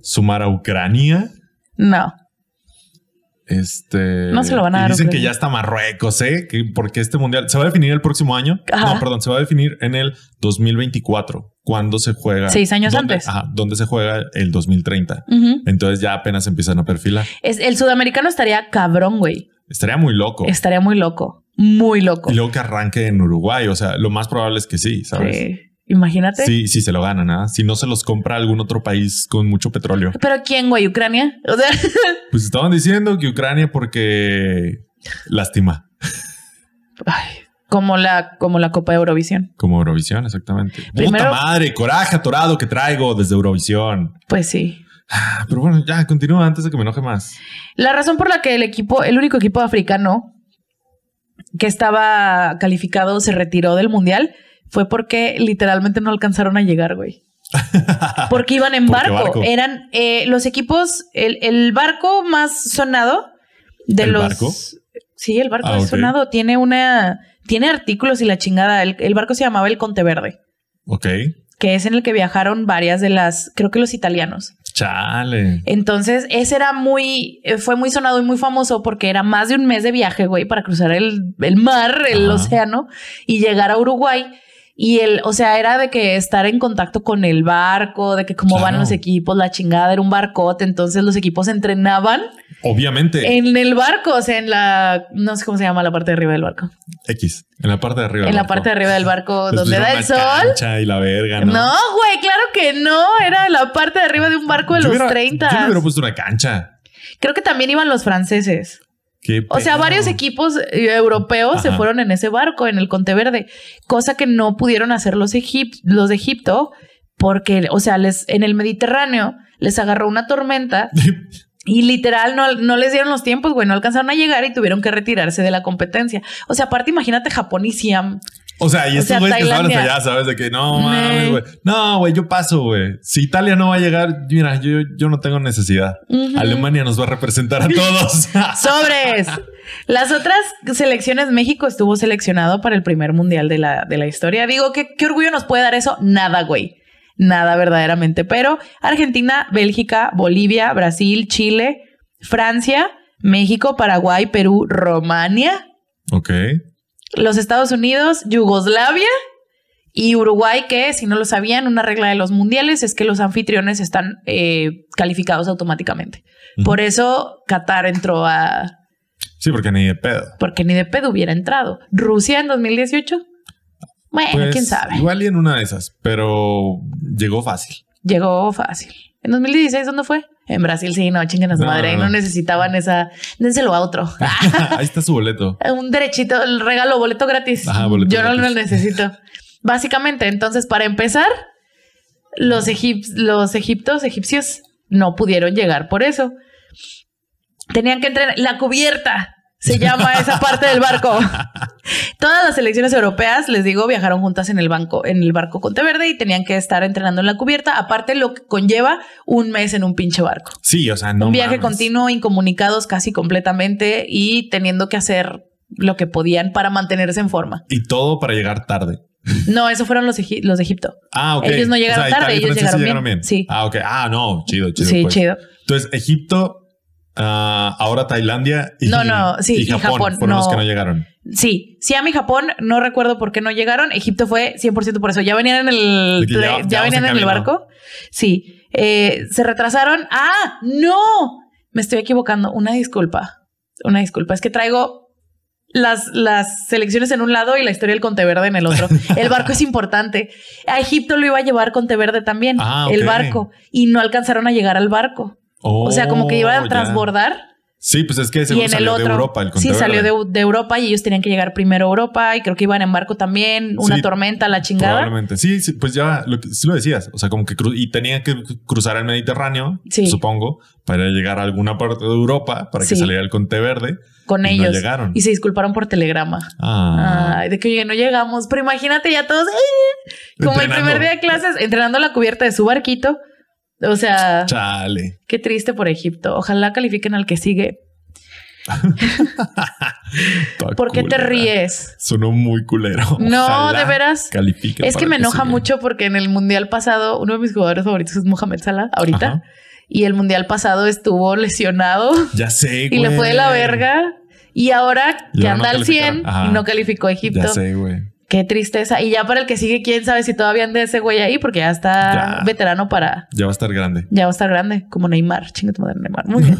S2: Sumar a Ucrania.
S1: no.
S2: Este.
S1: No se lo van a
S2: y
S1: dar a
S2: Dicen que
S1: Ucrania.
S2: ya está Marruecos, ¿eh? Que- porque este mundial se va a definir el próximo año.
S1: Ajá.
S2: No, perdón, se va a definir en el 2024. Cuando se juega.
S1: Seis años
S2: ¿Dónde-
S1: antes.
S2: Ajá, donde se juega el 2030.
S1: Ujú.
S2: Entonces ya apenas empiezan a perfilar.
S1: Es, el sudamericano estaría cabrón, güey.
S2: Estaría muy loco.
S1: Estaría muy loco. Muy loco.
S2: Y luego que arranque en Uruguay. O sea, lo más probable es que sí, ¿sabes?
S1: Sí. Imagínate.
S2: Sí, sí, se lo ganan, ¿ah? Si no se los compra algún otro país con mucho petróleo.
S1: Pero ¿quién, güey? ¿Ucrania? O sea,
S2: Pues estaban diciendo que Ucrania porque lástima,
S1: ay, como la, como la Copa de Eurovisión.
S2: como Eurovisión, exactamente.
S1: Primero-
S2: Puta madre, coraje atorado que traigo desde Eurovisión.
S1: Pues sí.
S2: Ah, Pero bueno, ya continúa antes de que me enoje más.
S1: La razón por la que el equipo, el único equipo africano que estaba calificado se retiró del mundial fue porque literalmente no alcanzaron a llegar, güey. Porque iban en
S2: Porque
S1: barco.
S2: barco.
S1: Eran eh, los equipos, el, el barco más sonado de
S2: ¿El
S1: los.
S2: barco?
S1: Sí, el barco
S2: Ah,
S1: más
S2: ok.
S1: sonado. Tiene una. Tiene artículos y la chingada. El, el barco se llamaba el Conte Verde,
S2: Ok.
S1: que es en el que viajaron varias de las. Creo que los italianos.
S2: Chale.
S1: Entonces, ese era muy, eh, fue muy sonado y muy famoso porque era más de un mes de viaje, güey, para cruzar el, el mar, el
S2: Ajá.
S1: océano y llegar a Uruguay. Y el, o sea, era de que estar en contacto con el barco, de que cómo van
S2: Claro.
S1: los equipos, la chingada, era un barcote. Entonces los equipos entrenaban
S2: Obviamente,
S1: en el barco, o sea, en la, no sé cómo se llama la parte de arriba del barco.
S2: X. En la parte de arriba.
S1: en la parte de arriba del barco donde da el sol.
S2: Y la verga,
S1: No,
S2: ¿no?
S1: güey, claro que no. Era la parte de arriba de un barco de
S2: Yo
S1: los
S2: hubiera-
S1: 30.
S2: Yo me hubiera puesto una cancha.
S1: Creo que también iban los franceses.
S2: Qué
S1: O sea,
S2: pedo.
S1: varios equipos eh, europeos se
S2: Ajá.
S1: fueron en ese barco, en el Conte Verde, cosa que no pudieron hacer los, egip- los de Egipto, porque, o sea, les, en el Mediterráneo les agarró una tormenta y literal no, no les dieron los tiempos, güey, no alcanzaron a llegar y tuvieron que retirarse de la competencia. O sea, aparte, imagínate Japón y Siam.
S2: O sea, y
S1: O
S2: estos
S1: sea,
S2: güeyes que estaban hasta
S1: Tailandia.
S2: allá, ¿sabes? De que no,
S1: Me-
S2: mames, güey. No, güey, yo paso, güey. Si Italia no va a llegar, mira, yo, yo no tengo necesidad.
S1: Ujú.
S2: Alemania nos va a representar a todos.
S1: Sobres. Las otras selecciones, México estuvo seleccionado para el primer mundial de la, de la historia. Digo, ¿qué, ¿qué orgullo nos puede dar eso? Nada, güey. Nada verdaderamente. Pero Argentina, Bélgica, Bolivia, Brasil, Chile, Francia, México, Paraguay, Perú, Romania,
S2: ok.
S1: los Estados Unidos, Yugoslavia y Uruguay, que si no lo sabían, una regla de los mundiales es que los anfitriones están eh, calificados automáticamente.
S2: Ujú.
S1: Por eso Qatar entró a,
S2: Sí, porque ni de pedo.
S1: porque ni de pedo hubiera entrado. Rusia en 2018. Bueno,
S2: Pues,
S1: Eh, quién sabe.
S2: Igual y en una de esas, pero llegó fácil.
S1: Llegó fácil. ¿En 2016 dónde fue? En Brasil, sí, no, chinguen a su
S2: No,
S1: madre.
S2: no,
S1: Ahí no
S2: no.
S1: necesitaban esa. Dénselo a otro. Ah.
S2: Ahí está su boleto.
S1: Eh, Un derechito, el regalo, boleto gratis.
S2: Ajá, boleto
S1: Yo no
S2: gratis.
S1: lo necesito. Básicamente, entonces, para empezar, los, egip- los egiptos, egipcios, no pudieron llegar por eso. Tenían que entrenar. La cubierta se llama esa parte del barco. Todas las selecciones europeas, les digo, viajaron juntas en el banco, en el barco Conte Verde y tenían que estar entrenando en la cubierta. Aparte, lo que conlleva un mes en un pinche barco.
S2: Sí, o sea, no.
S1: un viaje
S2: mames.
S1: continuo, incomunicados casi completamente y teniendo que hacer lo que podían para mantenerse en forma.
S2: Y todo para llegar tarde.
S1: No, eso fueron los, egi- los de Egipto.
S2: Ah, ok.
S1: Ellos no llegaron
S2: Italia
S1: tarde,
S2: y
S1: ellos
S2: Francia
S1: llegaron
S2: sí
S1: bien. Sí.
S2: Ah, ok. Ah, no, chido, chido.
S1: sí,
S2: pues.
S1: chido.
S2: Entonces, Egipto, ah, ahora Tailandia y,
S1: No, no, sí,
S2: y
S1: y
S2: Japón,
S1: Japón,
S2: fueron los
S1: no.
S2: que no llegaron.
S1: Sí, Siam y Japón, no recuerdo por qué no llegaron. Egipto fue 100% por eso. Ya venían en el,
S2: De que ya-
S1: ya
S2: ya vamos
S1: venían
S2: en
S1: en el
S2: camino.
S1: barco. Sí, Eh, se retrasaron. ¡Ah! ¡No! Me estoy equivocando. Una disculpa. Una disculpa. Es que traigo las, las selecciones en un lado y la historia del Conte Verde en el otro. El barco es importante. A Egipto lo iba a llevar Conte Verde también.
S2: Ah, ok.
S1: El barco. Y no alcanzaron a llegar al barco. O sea, como que iban
S2: iban
S1: a transbordar
S2: Oh, Sí, pues es que
S1: y
S2: seguro
S1: en el
S2: salió
S1: otro.
S2: de Europa el
S1: sí,
S2: Conte
S1: salió
S2: Verde.
S1: de, de Europa y ellos tenían que llegar primero a Europa y creo que iban en barco también, una
S2: Sí,
S1: tormenta, la chingada.
S2: Probablemente. Sí, sí, pues ya lo, que- sí lo decías. O sea, como que cru- y tenía que cruzar el Mediterráneo,
S1: Sí.
S2: supongo, para llegar a alguna parte de Europa para que
S1: Sí.
S2: saliera el Conte Verde.
S1: Con
S2: Y no
S1: ellos.
S2: llegaron.
S1: y se disculparon por telegrama.
S2: Ah.
S1: Ay, de que oye, no llegamos. Pero imagínate ya todos, ¡eh! como el
S2: Entrenando.
S1: primer día de clases, entrenando la cubierta de su barquito. O sea,
S2: Chale.
S1: qué triste por Egipto. Ojalá califiquen al que sigue.
S2: Está
S1: ¿Por qué te
S2: culera.
S1: ríes?
S2: Sonó muy culero.
S1: No,
S2: Ojalá
S1: de veras.
S2: califique
S1: Es que
S2: para
S1: me enoja
S2: siga.
S1: mucho porque en el mundial pasado, uno de mis jugadores favoritos es Mohamed Salah, ahorita.
S2: Ajá.
S1: Y el mundial pasado estuvo lesionado.
S2: Ya sé,
S1: y
S2: güey.
S1: le fue de la verga. Y ahora
S2: Y
S1: que
S2: ahora pues, no
S1: anda al 100
S2: calificaron. Ajá.
S1: y no calificó a
S2: Ya
S1: Egipto.
S2: sé, güey.
S1: Qué tristeza. Y ya para el que sigue, quién sabe si todavía anda ese güey ahí, porque ya está
S2: Ya.
S1: veterano para.
S2: Ya va a estar grande.
S1: Ya va a estar grande, como Neymar. Chinga tu madre, Neymar. Muy bien.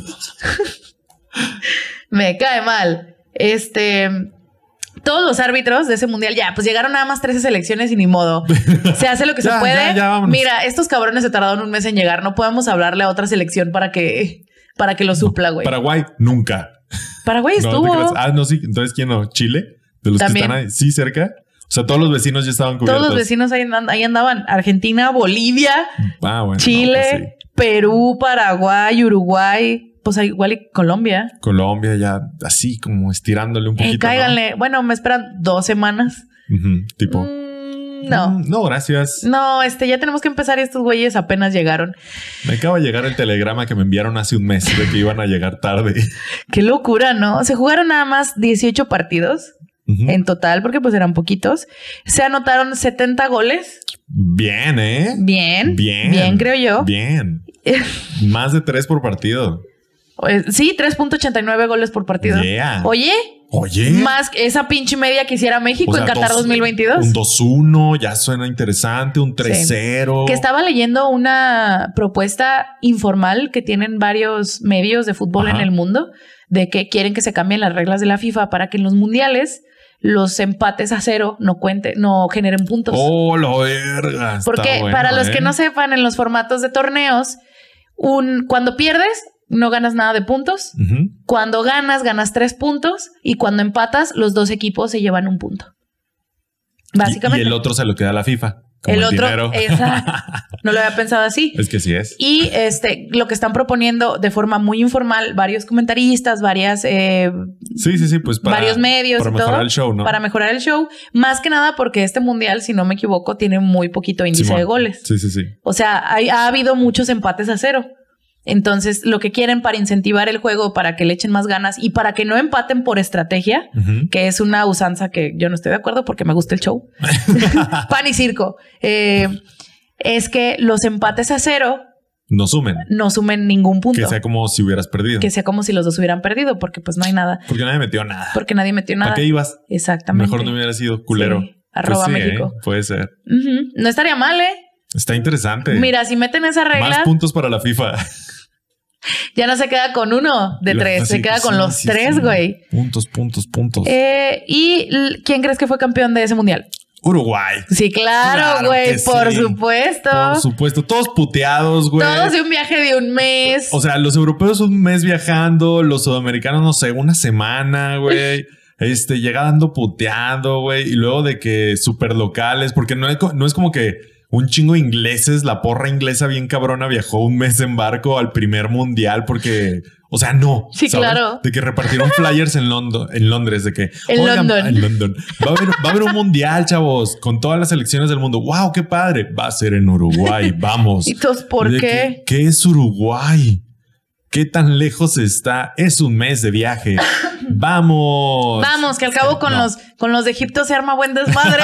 S1: Me cae mal. Este. Todos los árbitros de ese mundial, ya, pues llegaron nada más 13 selecciones y ni modo. Se hace lo que
S2: Ya,
S1: se puede.
S2: ya, ya, vámonos.
S1: Mira, estos cabrones se tardaron un mes en llegar. No podemos hablarle a otra selección para que, para que lo supla, güey.
S2: Paraguay, nunca.
S1: Paraguay
S2: No,
S1: estuvo.
S2: ¿te creas? ah, no, sí. Entonces, ¿quién no? ¿Chile? De los
S1: También.
S2: que están ahí. Sí, cerca. O sea, todos los vecinos ya estaban cubiertos.
S1: Todos los vecinos ahí, andan- ahí andaban. Argentina, Bolivia,
S2: Ah, bueno. no,
S1: Chile,
S2: pues sí.
S1: Perú, Paraguay, Uruguay. Pues ahí igual y Colombia.
S2: Colombia ya así como estirándole un
S1: Eh,
S2: poquito. ¿no?
S1: cáiganle. Bueno, me esperan dos semanas.
S2: Ujú, tipo.
S1: Mm, no.
S2: "Mm, No, gracias.
S1: No, este, ya tenemos que empezar y estos güeyes apenas llegaron.
S2: Me acaba de llegar el telegrama que me enviaron hace un mes de que iban a llegar tarde.
S1: Qué locura, ¿no? Se jugaron nada más 18 partidos
S2: Ujú.
S1: en total, porque pues eran poquitos. Se anotaron 70 goles.
S2: Bien, ¿eh?
S1: Bien.
S2: Bien.
S1: Bien, creo yo.
S2: Bien. Más de tres por partido.
S1: Eh, Sí, 3.89 goles por partido.
S2: Yeah.
S1: Oye,
S2: Oye.
S1: más que esa pinche media que hiciera México
S2: O sea,
S1: en Qatar
S2: dos-
S1: 2022.
S2: Un 2-1, ya suena interesante. Un 3-0.
S1: Que estaba leyendo una propuesta informal que tienen varios medios de fútbol
S2: Ajá.
S1: en el mundo de que quieren que se cambien las reglas de la FIFA para que en los mundiales los empates a cero no cuente, no generen puntos.
S2: Oh, la verga. está
S1: Porque
S2: bueno,
S1: para los
S2: ¿eh?
S1: que no sepan, en los formatos de torneos, un, cuando pierdes, no ganas nada de puntos.
S2: Ujú.
S1: Cuando ganas, ganas tres puntos. Y cuando empatas, los dos equipos se llevan un punto. Básicamente.
S2: Y, y el otro se lo queda a la FIFA. Como el,
S1: El otro, eh,
S2: dinero.
S1: esa- no lo había pensado así.
S2: Es que sí es.
S1: Y este, lo que están proponiendo de forma muy informal varios comentaristas, varias, eh,
S2: Sí, sí, sí. Pues para,
S1: varios medios
S2: para
S1: y
S2: mejorar
S1: todo,
S2: el show, ¿no?
S1: para mejorar el show. Más que nada porque este mundial, si no me equivoco, tiene muy poquito índice
S2: Simón.
S1: de goles.
S2: Sí, sí, sí.
S1: O sea, hay- ha habido muchos empates a cero. Entonces, lo que quieren para incentivar el juego, para que le echen más ganas y para que no empaten por estrategia,
S2: Ujú.
S1: que es una usanza que yo no estoy de acuerdo porque me gusta el show. Pan y circo. Eh, es que los empates a cero
S2: No sumen.
S1: no sumen ningún punto.
S2: Que sea como si hubieras perdido.
S1: como si los dos hubieran perdido, porque pues no hay nada,
S2: Porque nadie metió nada.
S1: porque nadie metió
S2: ¿Para
S1: nada.
S2: qué ibas?
S1: Exactamente.
S2: Mejor no hubiera sido culero.
S1: Sí. Arroba
S2: Pues sí, ¿eh?
S1: México.
S2: Puede ser.
S1: Ujú. No estaría mal, ¿eh?
S2: Está interesante.
S1: Mira, si meten esa
S2: Más
S1: regla,
S2: puntos para la FIFA.
S1: ya no se queda con uno de
S2: Lo-
S1: tres,
S2: así
S1: se queda
S2: que
S1: con
S2: sí,
S1: los
S2: sí,
S1: tres,
S2: sí. Pues
S1: güey.
S2: Puntos, puntos, puntos.
S1: Eh, ¿Y l- quién crees que fue campeón de ese mundial?
S2: Uruguay.
S1: Sí, claro,
S2: Claro
S1: güey,
S2: que sí.
S1: por supuesto.
S2: Por supuesto. Todos puteados, güey.
S1: Todos de un viaje de un mes.
S2: O sea, los europeos un mes viajando, los sudamericanos, no sé, una semana, güey. Este, llegando puteado, güey. Y luego de que super locales, porque no es, co- no es como que un chingo de ingleses, la porra inglesa bien cabrona viajó un mes en barco al primer mundial porque, o sea, no.
S1: Sí, claro.
S2: De que repartieron flyers en, Londo- en Londres, de que...
S1: En
S2: "Oigan,
S1: London.
S2: En London. Va a, haber, va a haber un mundial, chavos, con todas las selecciones del mundo. ¡Wow, qué padre! Va a ser en Uruguay, vamos.
S1: ¿Y todos por
S2: De
S1: qué?
S2: que, pues, ¿Qué es Uruguay? ¿Qué tan lejos está? Es un mes de viaje. Vamos.
S1: Vamos, que al cabo con
S2: Pues, eh, No.
S1: los con los de Egipto se arma buen desmadre.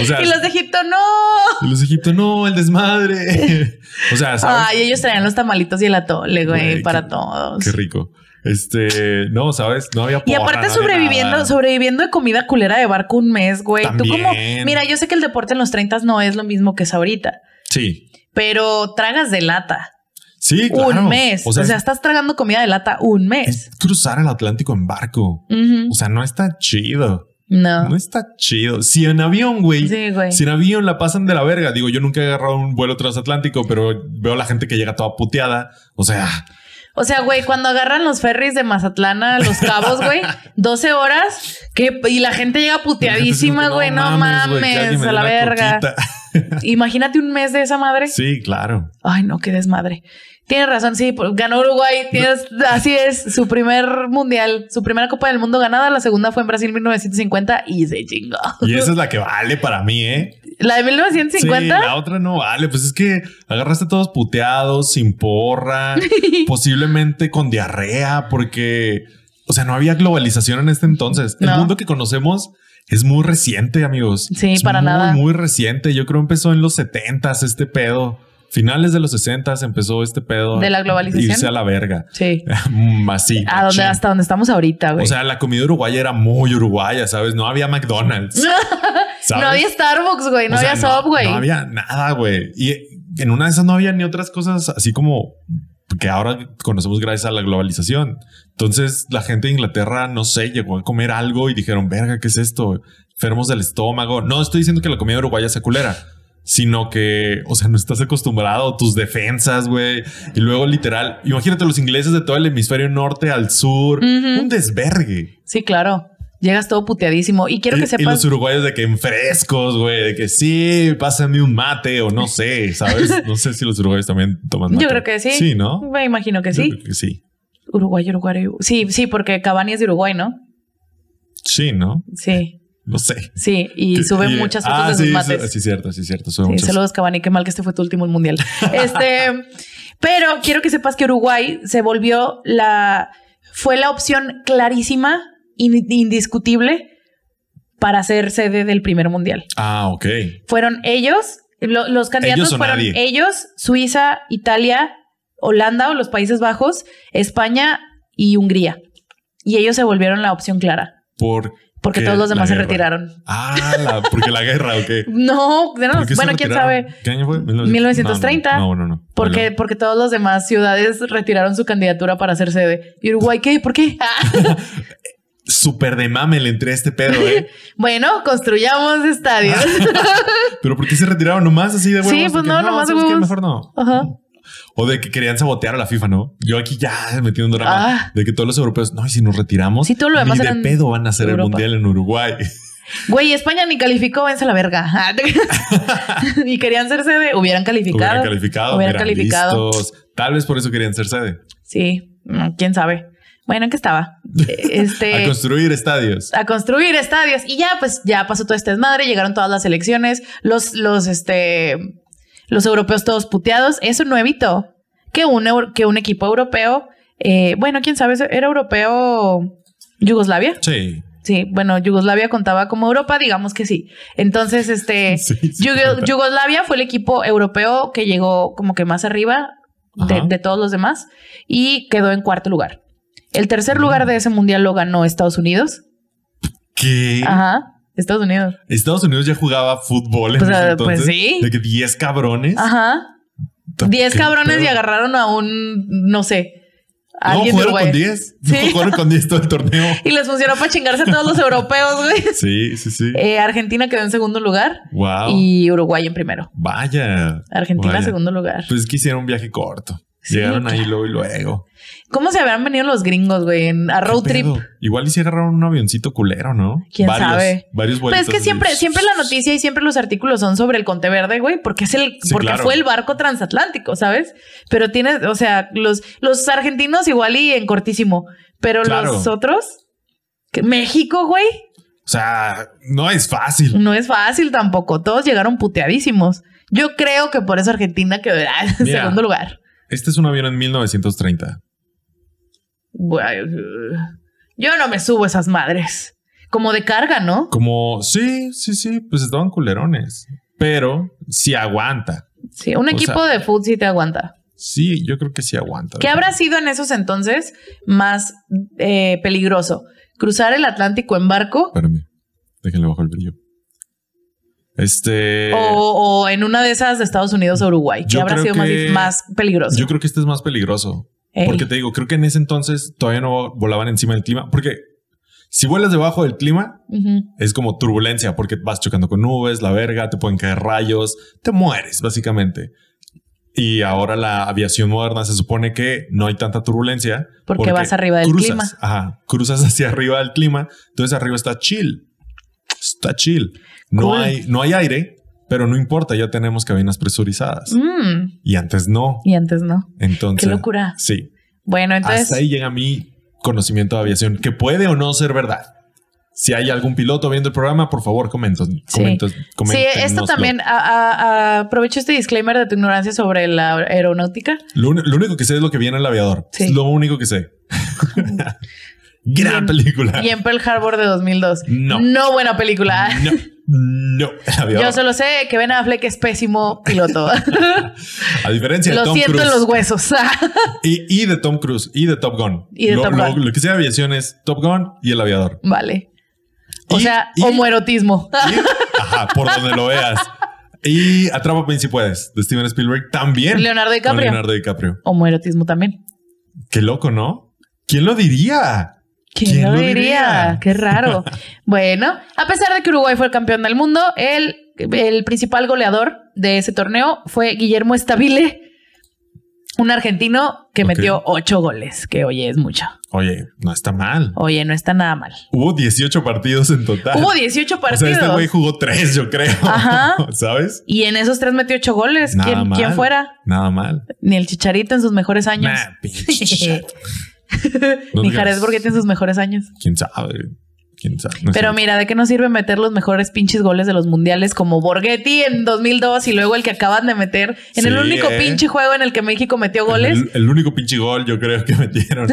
S2: O sea,
S1: y los de Egipto no.
S2: los Egipto, no, el desmadre. o sea, ¿sabes?
S1: Ay, ellos traían los tamalitos y el atole, güey,
S2: Güey,
S1: para
S2: qué-
S1: todos.
S2: Qué rico. Este, no, ¿sabes? No había
S1: Y
S2: porra,
S1: aparte
S2: no había
S1: sobreviviendo,
S2: nada.
S1: sobreviviendo de comida culera de barco un mes, güey. Tú como,
S2: También.
S1: mira, yo sé que el deporte en los 30 no es lo mismo que es ahorita,
S2: Sí.
S1: pero tragas de lata
S2: Sí, claro.
S1: un mes.
S2: O sea,
S1: estás tragando comida de lata un
S2: es
S1: mes.
S2: cruzar el Atlántico en barco.
S1: Ujú.
S2: O sea, no está chido.
S1: No.
S2: No está chido. Si en avión, güey.
S1: Ah. Sí, güey.
S2: Si en avión la pasan de la verga. Digo, yo nunca he agarrado un vuelo transatlántico, pero veo la gente que llega toda puteada. O sea,
S1: O sea, güey, cuando agarran los ferries de Mazatlán a Los Cabos, güey, 12 horas, que, y la gente llega puteadísima, güey, no,
S2: güey, que alguien
S1: mames,
S2: me
S1: a
S2: dé
S1: la
S2: una
S1: verga.
S2: coquita.
S1: Imagínate un mes de esa madre.
S2: Sí, claro.
S1: Ay, no, qué desmadre. Tienes razón, sí, por- ganó Uruguay. Tienes, así es, su primer mundial, su primera Copa del Mundo ganada. La segunda fue en Brasil 1950 y se chingó.
S2: Y esa es la que vale para mí, ¿eh?
S1: La de
S2: Sí,
S1: 1950,
S2: la otra no vale. Pues es que agarraste todos puteados, sin porra, posiblemente con diarrea, porque, o sea, no había globalización en este entonces. El
S1: No.
S2: mundo que conocemos es muy reciente, amigos.
S1: Sí,
S2: Es
S1: para
S2: muy,
S1: nada.
S2: Muy reciente. Yo creo empezó en los 70s este pedo. Finales de los 60s empezó este pedo.
S1: ¿De la globalización?
S2: Irse a la verga.
S1: sí.
S2: Así.
S1: A donde,
S2: machín.
S1: hasta donde estamos ahorita, güey.
S2: O sea, la comida uruguaya era muy uruguaya, ¿sabes? No había McDonald's. ¿sabes?
S1: no había Starbucks, güey, no
S2: O sea,
S1: había Subway.
S2: No, había nada, güey. Y en una de esas no había ni otras cosas así como que ahora conocemos gracias a la globalización. Entonces la gente de Inglaterra, no sé, llegó a comer algo y dijeron, verga, ¿qué es esto? Enfermos del estómago. No estoy diciendo que la comida uruguaya sea culera. Sino que, o sea, no estás acostumbrado, tus defensas, güey. Y luego, literal, imagínate los ingleses de todo el hemisferio norte al sur.
S1: Ujú.
S2: Un desvergue.
S1: Sí, claro. Llegas todo puteadísimo. Y quiero
S2: Y-
S1: que
S2: Y los
S1: sepas.
S2: uruguayos de que en frescos, güey, de que sí, pásame un mate o no sé, ¿sabes? No sé si los uruguayos también toman mate.
S1: Yo creo que sí.
S2: Sí, ¿no?
S1: Me imagino que
S2: Yo
S1: sí.
S2: creo que sí.
S1: Uruguay, Uruguay. Uruguay. Sí, sí, porque Cavani es de Uruguay, ¿no?
S2: Sí, ¿no? Sí,
S1: Sí,
S2: No sé.
S1: sí. Y
S2: Que-
S1: sube muchas fotos
S2: ah,
S1: de sus
S2: sí,
S1: mates.
S2: Sí, sí, cierto, sí, cierto. Sube
S1: Sí,
S2: muchas.
S1: saludos, Cavani. Qué mal que este fue tu último mundial. Este, pero quiero que sepas que Uruguay se volvió la. fue la opción clarísima, in- indiscutible, para ser sede del primer mundial.
S2: Ah, ok.
S1: Fueron ellos Lo- los candidatos
S2: Ellos o
S1: fueron
S2: nadie.
S1: ellos, Suiza, Italia, Holanda o los Países Bajos, España y Hungría. Y ellos se volvieron la opción clara,
S2: Por,
S1: porque
S2: Que
S1: todos los
S2: la
S1: demás se
S2: guerra.
S1: retiraron.
S2: ah, la- porque la guerra, ¿o qué?
S1: No, no,
S2: ¿Por qué se
S1: bueno, quién
S2: retiraron?
S1: sabe.
S2: ¿Qué año fue?
S1: 1930.
S2: No, no, no. no.
S1: Porque, porque todas las demás ciudades retiraron su candidatura para ser sede. ¿Y Uruguay qué? ¿Por qué?
S2: Ah. Súper de mame le entré a este pedo, ¿eh?
S1: bueno, construyamos estadios.
S2: Pero ¿por qué se retiraron nomás así de
S1: Sí,
S2: huevos?
S1: pues
S2: De que,
S1: no, nomás de
S2: ¿sabes qué?
S1: huevos".
S2: Mejor no.
S1: Ajá.
S2: O de que querían sabotear a la FIFA, ¿no? Yo aquí ya metiendo drama
S1: Ah.
S2: de que todos los europeos, no, y si nos retiramos,
S1: Sí, todo lo demás
S2: ni de
S1: eran
S2: pedo van a hacer el
S1: Europa.
S2: mundial en Uruguay.
S1: Güey, España ni calificó, vence a la verga. y querían ser sede, hubieran
S2: Hubieran
S1: calificado.
S2: calificado,
S1: hubieran
S2: hubieran
S1: calificado.
S2: listos. Tal vez por eso querían ser sede.
S1: Sí, mm, quién sabe. Bueno, ¿en qué estaba? Eh,
S2: A
S1: Este,
S2: construir estadios.
S1: a construir estadios. Y ya, pues, ya pasó todo este desmadre, llegaron todas las elecciones, los, los, este, los europeos todos puteados. Eso no evitó que un, eur- que un equipo europeo, eh, bueno, quién sabe, era europeo Yugoslavia.
S2: Sí.
S1: Sí, bueno, Yugoslavia contaba como Europa, digamos que sí. Entonces, este,
S2: Sí, sí,
S1: Yugo- Yugoslavia fue el equipo europeo que llegó como que más arriba de,
S2: Ajá.
S1: de todos los demás y quedó en cuarto lugar. El tercer lugar de ese mundial lo ganó Estados Unidos.
S2: ¿Qué?
S1: Ajá, Estados Unidos.
S2: Estados Unidos ya jugaba fútbol en
S1: Pues,
S2: ese
S1: ah,
S2: entonces.
S1: pues, sí.
S2: De que 10 cabrones.
S1: Ajá.
S2: Ta-
S1: Diez
S2: qué
S1: cabrones
S2: pedo.
S1: y agarraron a un, no sé, a
S2: No,
S1: alguien de
S2: jugaron
S1: Uruguay.
S2: con 10.
S1: Sí.
S2: No, jugaron con 10 todo el torneo.
S1: Y les funcionó para chingarse a todos los europeos, güey.
S2: Sí, sí, sí.
S1: Eh, Argentina quedó en segundo lugar
S2: wow.
S1: y Uruguay en primero.
S2: Vaya.
S1: Argentina
S2: Vaya.
S1: segundo lugar.
S2: Pues es que hicieron un viaje corto.
S1: Sí,
S2: Llegaron ahí luego y luego.
S1: ¿Cómo se habrán venido los gringos, güey, en- a road
S2: ¿Qué
S1: trip?
S2: pedo? Igual y si agarraron un avioncito culero, ¿no?
S1: ¿Quién
S2: varios,
S1: sabe?
S2: Varios
S1: Pues es
S2: vuelitos
S1: que siempre,
S2: así.
S1: siempre la noticia y siempre los artículos son sobre el Conte Verde, güey, porque es el,
S2: Sí,
S1: porque
S2: claro.
S1: fue el barco transatlántico, ¿sabes? Pero tienes, o sea, los, los argentinos igual y en cortísimo, pero
S2: Claro.
S1: los otros, que México, güey,
S2: O sea, no es fácil.
S1: no es fácil tampoco. Todos llegaron puteadísimos. Yo creo que por eso Argentina quedó en
S2: Mira.
S1: segundo lugar.
S2: Este es un avión en 1930.
S1: Güey, uh, yo no me subo a esas madres. Como de carga, ¿no?
S2: Como, sí, sí, sí, pues estaban culerones. Pero sí aguanta.
S1: Sí, un
S2: O
S1: equipo
S2: sea-
S1: de fútbol sí te aguanta.
S2: Sí, yo creo que sí aguanta.
S1: ¿Qué habrá sido en esos entonces más eh, peligroso? ¿Cruzar el Atlántico en barco
S2: Espérame. Déjenle bajo el brillo. Este.
S1: o, o en una de esas de Estados Unidos a Uruguay? ¿Qué
S2: Yo
S1: habrá
S2: creo
S1: sido más,
S2: que-
S1: más peligroso?
S2: Yo creo que este es más peligroso.
S1: Ey.
S2: Porque te digo, creo que en ese entonces todavía no volaban encima del clima. Porque si vuelas debajo del clima,
S1: Ujú.
S2: es como turbulencia, porque vas chocando con nubes, la verga, te pueden caer rayos, te mueres, básicamente. Y ahora la aviación moderna se supone que no hay tanta turbulencia.
S1: Porque vas arriba del
S2: cruzas,
S1: clima.
S2: Ajá, cruzas hacia arriba del clima, entonces arriba está chill. Está chill. No,
S1: Cool.
S2: hay, no hay aire, pero no importa, ya tenemos cabinas presurizadas.
S1: Mm,
S2: Y antes no.
S1: Y antes no.
S2: Entonces,
S1: Qué locura.
S2: Sí,
S1: Bueno, entonces,
S2: hasta ahí llega mi conocimiento de aviación, que puede o no ser verdad. Si hay algún piloto viendo el programa, por favor, comenten.
S1: Sí. sí, esto también, a- a- a- aprovecho este disclaimer de tu ignorancia sobre la aeronáutica.
S2: Lo, uni- lo único que sé es lo que viene en el aviador.
S1: Sí.
S2: Es lo único que sé.
S1: Y
S2: Gran
S1: en-
S2: película.
S1: Y en Pearl Harbor de 2002.
S2: Ah. No.
S1: No buena película.
S2: No, no, el aviador.
S1: Yo solo sé que Ben Affleck es pésimo piloto.
S2: A diferencia de
S1: Lo
S2: Tom
S1: siento
S2: Cruise
S1: en los huesos.
S2: y, y de Tom Cruise y de Top Gun.
S1: Y de
S2: lo,
S1: Top
S2: lo-
S1: Gun.
S2: lo que sea de aviación es Top Gun y el aviador.
S1: Vale. O
S2: Y-
S1: sea,
S2: y-
S1: homoerotismo.
S2: y- ajá, por donde lo veas. Y Atrápame si puedes, de Steven Spielberg también.
S1: Leonardo
S2: Con
S1: DiCaprio.
S2: Leonardo DiCaprio.
S1: Homoerotismo también.
S2: Qué loco, ¿no? ¿Quién lo diría?
S1: ¿Quién,
S2: ¿Quién
S1: lo
S2: lo
S1: diría?
S2: diría?
S1: Qué raro. bueno, a pesar de que Uruguay fue el campeón del mundo, el, el principal goleador de ese torneo fue Guillermo Estabile, un argentino que
S2: Ok.
S1: metió ocho goles, que oye, es mucho.
S2: Oye, no está mal.
S1: Oye, no está nada mal.
S2: Hubo 18 partidos en total.
S1: Hubo 18
S2: Ah. O
S1: partidos.
S2: sea, este güey jugó 3, yo creo.
S1: Ajá.
S2: ¿Sabes?
S1: y en esos tres metió ocho goles.
S2: Nada
S1: ¿Quién,
S2: mal.
S1: quién fuera?
S2: Nada mal.
S1: Ni el Chicharito en sus mejores años.
S2: Nah, pinche chat. No
S1: Ni
S2: digas.
S1: Jared Borghetti en sus mejores años.
S2: ¿Quién sabe? ¿Quién sabe? No
S1: Pero
S2: sé.
S1: mira, ¿de qué nos sirve meter los mejores pinches goles de los mundiales como Borghetti en 2002 y luego el que acaban de meter en el
S2: Sí,
S1: único
S2: eh.
S1: pinche juego en el que México metió goles?
S2: El, el único pinche gol yo creo que metieron.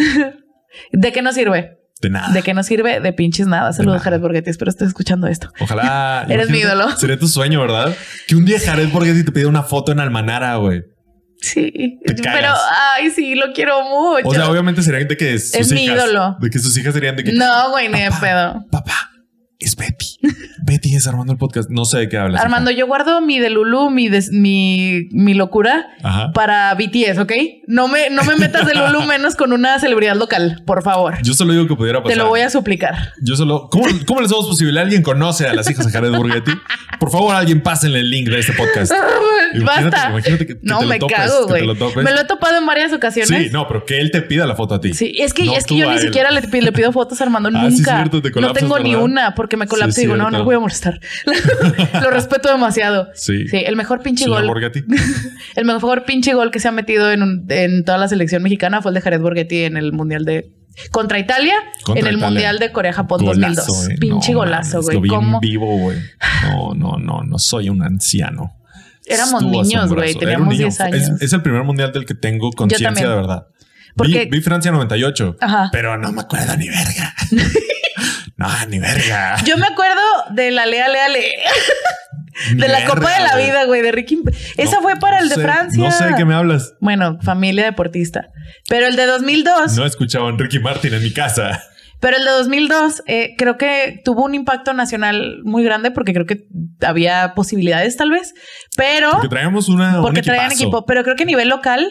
S1: ¿De qué nos sirve?
S2: De nada.
S1: ¿De qué nos sirve? De pinches nada. Saludos,
S2: nada.
S1: Jared Borghetti. Espero estés escuchando esto.
S2: Ojalá.
S1: Eres mi
S2: imagínate,
S1: ídolo.
S2: Sería tu sueño, ¿verdad? Que un día Jared Borghetti te pida una foto en Almanara, güey.
S1: Sí.
S2: Te
S1: Pero,
S2: cagas.
S1: ay, sí, lo quiero mucho.
S2: O sea, obviamente serían de que sus
S1: Es mi
S2: hijas-
S1: ídolo.
S2: De que sus hijas serían de que.
S1: no, güey, ni de
S2: Papá.
S1: pedo.
S2: Papá, es Betty. Betty es Armando el podcast. No sé de qué hablas.
S1: Armando, yo guardo mi de Lulu, mi, des- mi, mi locura
S2: hija. Ajá.
S1: para BTS, ¿ok? No me, no me metas de Lulu menos con una celebridad local, por favor.
S2: Yo solo digo que pudiera pasar.
S1: Te lo voy a suplicar.
S2: Yo solo. ¿Cómo, cómo les damos posible? ¿Alguien conoce a las hijas de Jared Borghetti? Por favor, alguien pásenle el link de este podcast. Imagínate-
S1: Basta.
S2: Imagínate que, que
S1: No,
S2: te lo
S1: me
S2: topes,
S1: cago,
S2: que te
S1: güey.
S2: lo topes.
S1: Me lo he topado en varias ocasiones.
S2: Sí, no, pero que él te pida la foto a ti.
S1: Sí, es que,
S2: No
S1: es que
S2: tú
S1: yo
S2: a
S1: ni
S2: él.
S1: siquiera le, pi- le pido fotos a Armando
S2: Ah, sí,
S1: nunca.
S2: es cierto, te
S1: no
S2: colapsas,
S1: tengo ni
S2: ¿verdad?
S1: una porque me
S2: Sí,
S1: colapso y digo, no, no
S2: cierto.
S1: lo voy a molestar. lo respeto demasiado.
S2: Sí.
S1: Sí, el mejor pinche
S2: Señor
S1: gol.
S2: Borghetti.
S1: El mejor pinche gol que se ha metido en, un- en toda la selección mexicana fue el de Jared Borghetti en el Mundial de... Contra Italia
S2: Contra
S1: en el
S2: Italia.
S1: Mundial de Corea-Japón
S2: Golazo,
S1: 2002.
S2: eh.
S1: Pinche
S2: No,
S1: golazo,
S2: mames,
S1: güey.
S2: Lo vi
S1: ¿Cómo?
S2: en vivo, güey. No, no, no, no soy un anciano.
S1: Éramos
S2: Estuvo
S1: niños,
S2: asombroso.
S1: güey,
S2: Era
S1: teníamos
S2: un niño.
S1: 10
S2: Fue-
S1: años.
S2: Es, es el primer mundial del que tengo conciencia
S1: también.
S2: de verdad.
S1: Porque-
S2: Vi, vi Francia 98,
S1: Ajá.
S2: pero no me acuerdo ni verga. no, ni verga.
S1: Yo me acuerdo de la Lea Lea Lea. De la
S2: Verga,
S1: Copa de la
S2: güey.
S1: Vida, güey, de Ricky. Esa
S2: No-
S1: fue para
S2: no
S1: el de
S2: sé-
S1: Francia.
S2: No sé de qué me hablas.
S1: Bueno, familia deportista. Pero el de 2002,
S2: No escuchaba a Ricky Martin en mi casa.
S1: pero el de 2002 eh, creo que tuvo un impacto nacional muy grande porque creo que había posibilidades tal vez, pero
S2: Porque traíamos una.
S1: porque
S2: un
S1: traían
S2: equipazo.
S1: equipo, pero creo que a nivel local,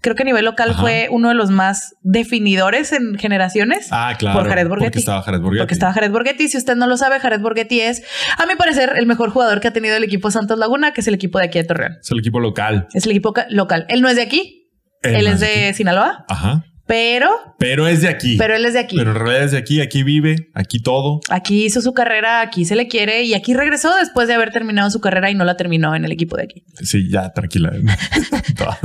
S1: creo que a nivel local
S2: Ajá.
S1: fue uno de los más definidores en generaciones.
S2: Ah, claro.
S1: por Jared Borghetti.
S2: Porque estaba Jared Borghetti.
S1: Porque estaba Jared Borghetti. Si usted no lo sabe, Jared Borghetti es, a mi parecer, el mejor jugador que ha tenido el equipo Santos Laguna, que es el equipo de aquí de Torreón.
S2: Es el equipo local.
S1: Es el equipo ca- local. Él no es de aquí, él, es
S2: nació
S1: de
S2: aquí.
S1: Sinaloa,
S2: Ajá.
S1: pero,
S2: Pero es de aquí.
S1: pero él es de aquí.
S2: Pero en realidad es de aquí, aquí vive, aquí todo.
S1: Aquí hizo su carrera, aquí se le quiere y aquí regresó después de haber terminado su carrera y no la terminó en el equipo de aquí.
S2: Sí, ya, tranquila. Toda-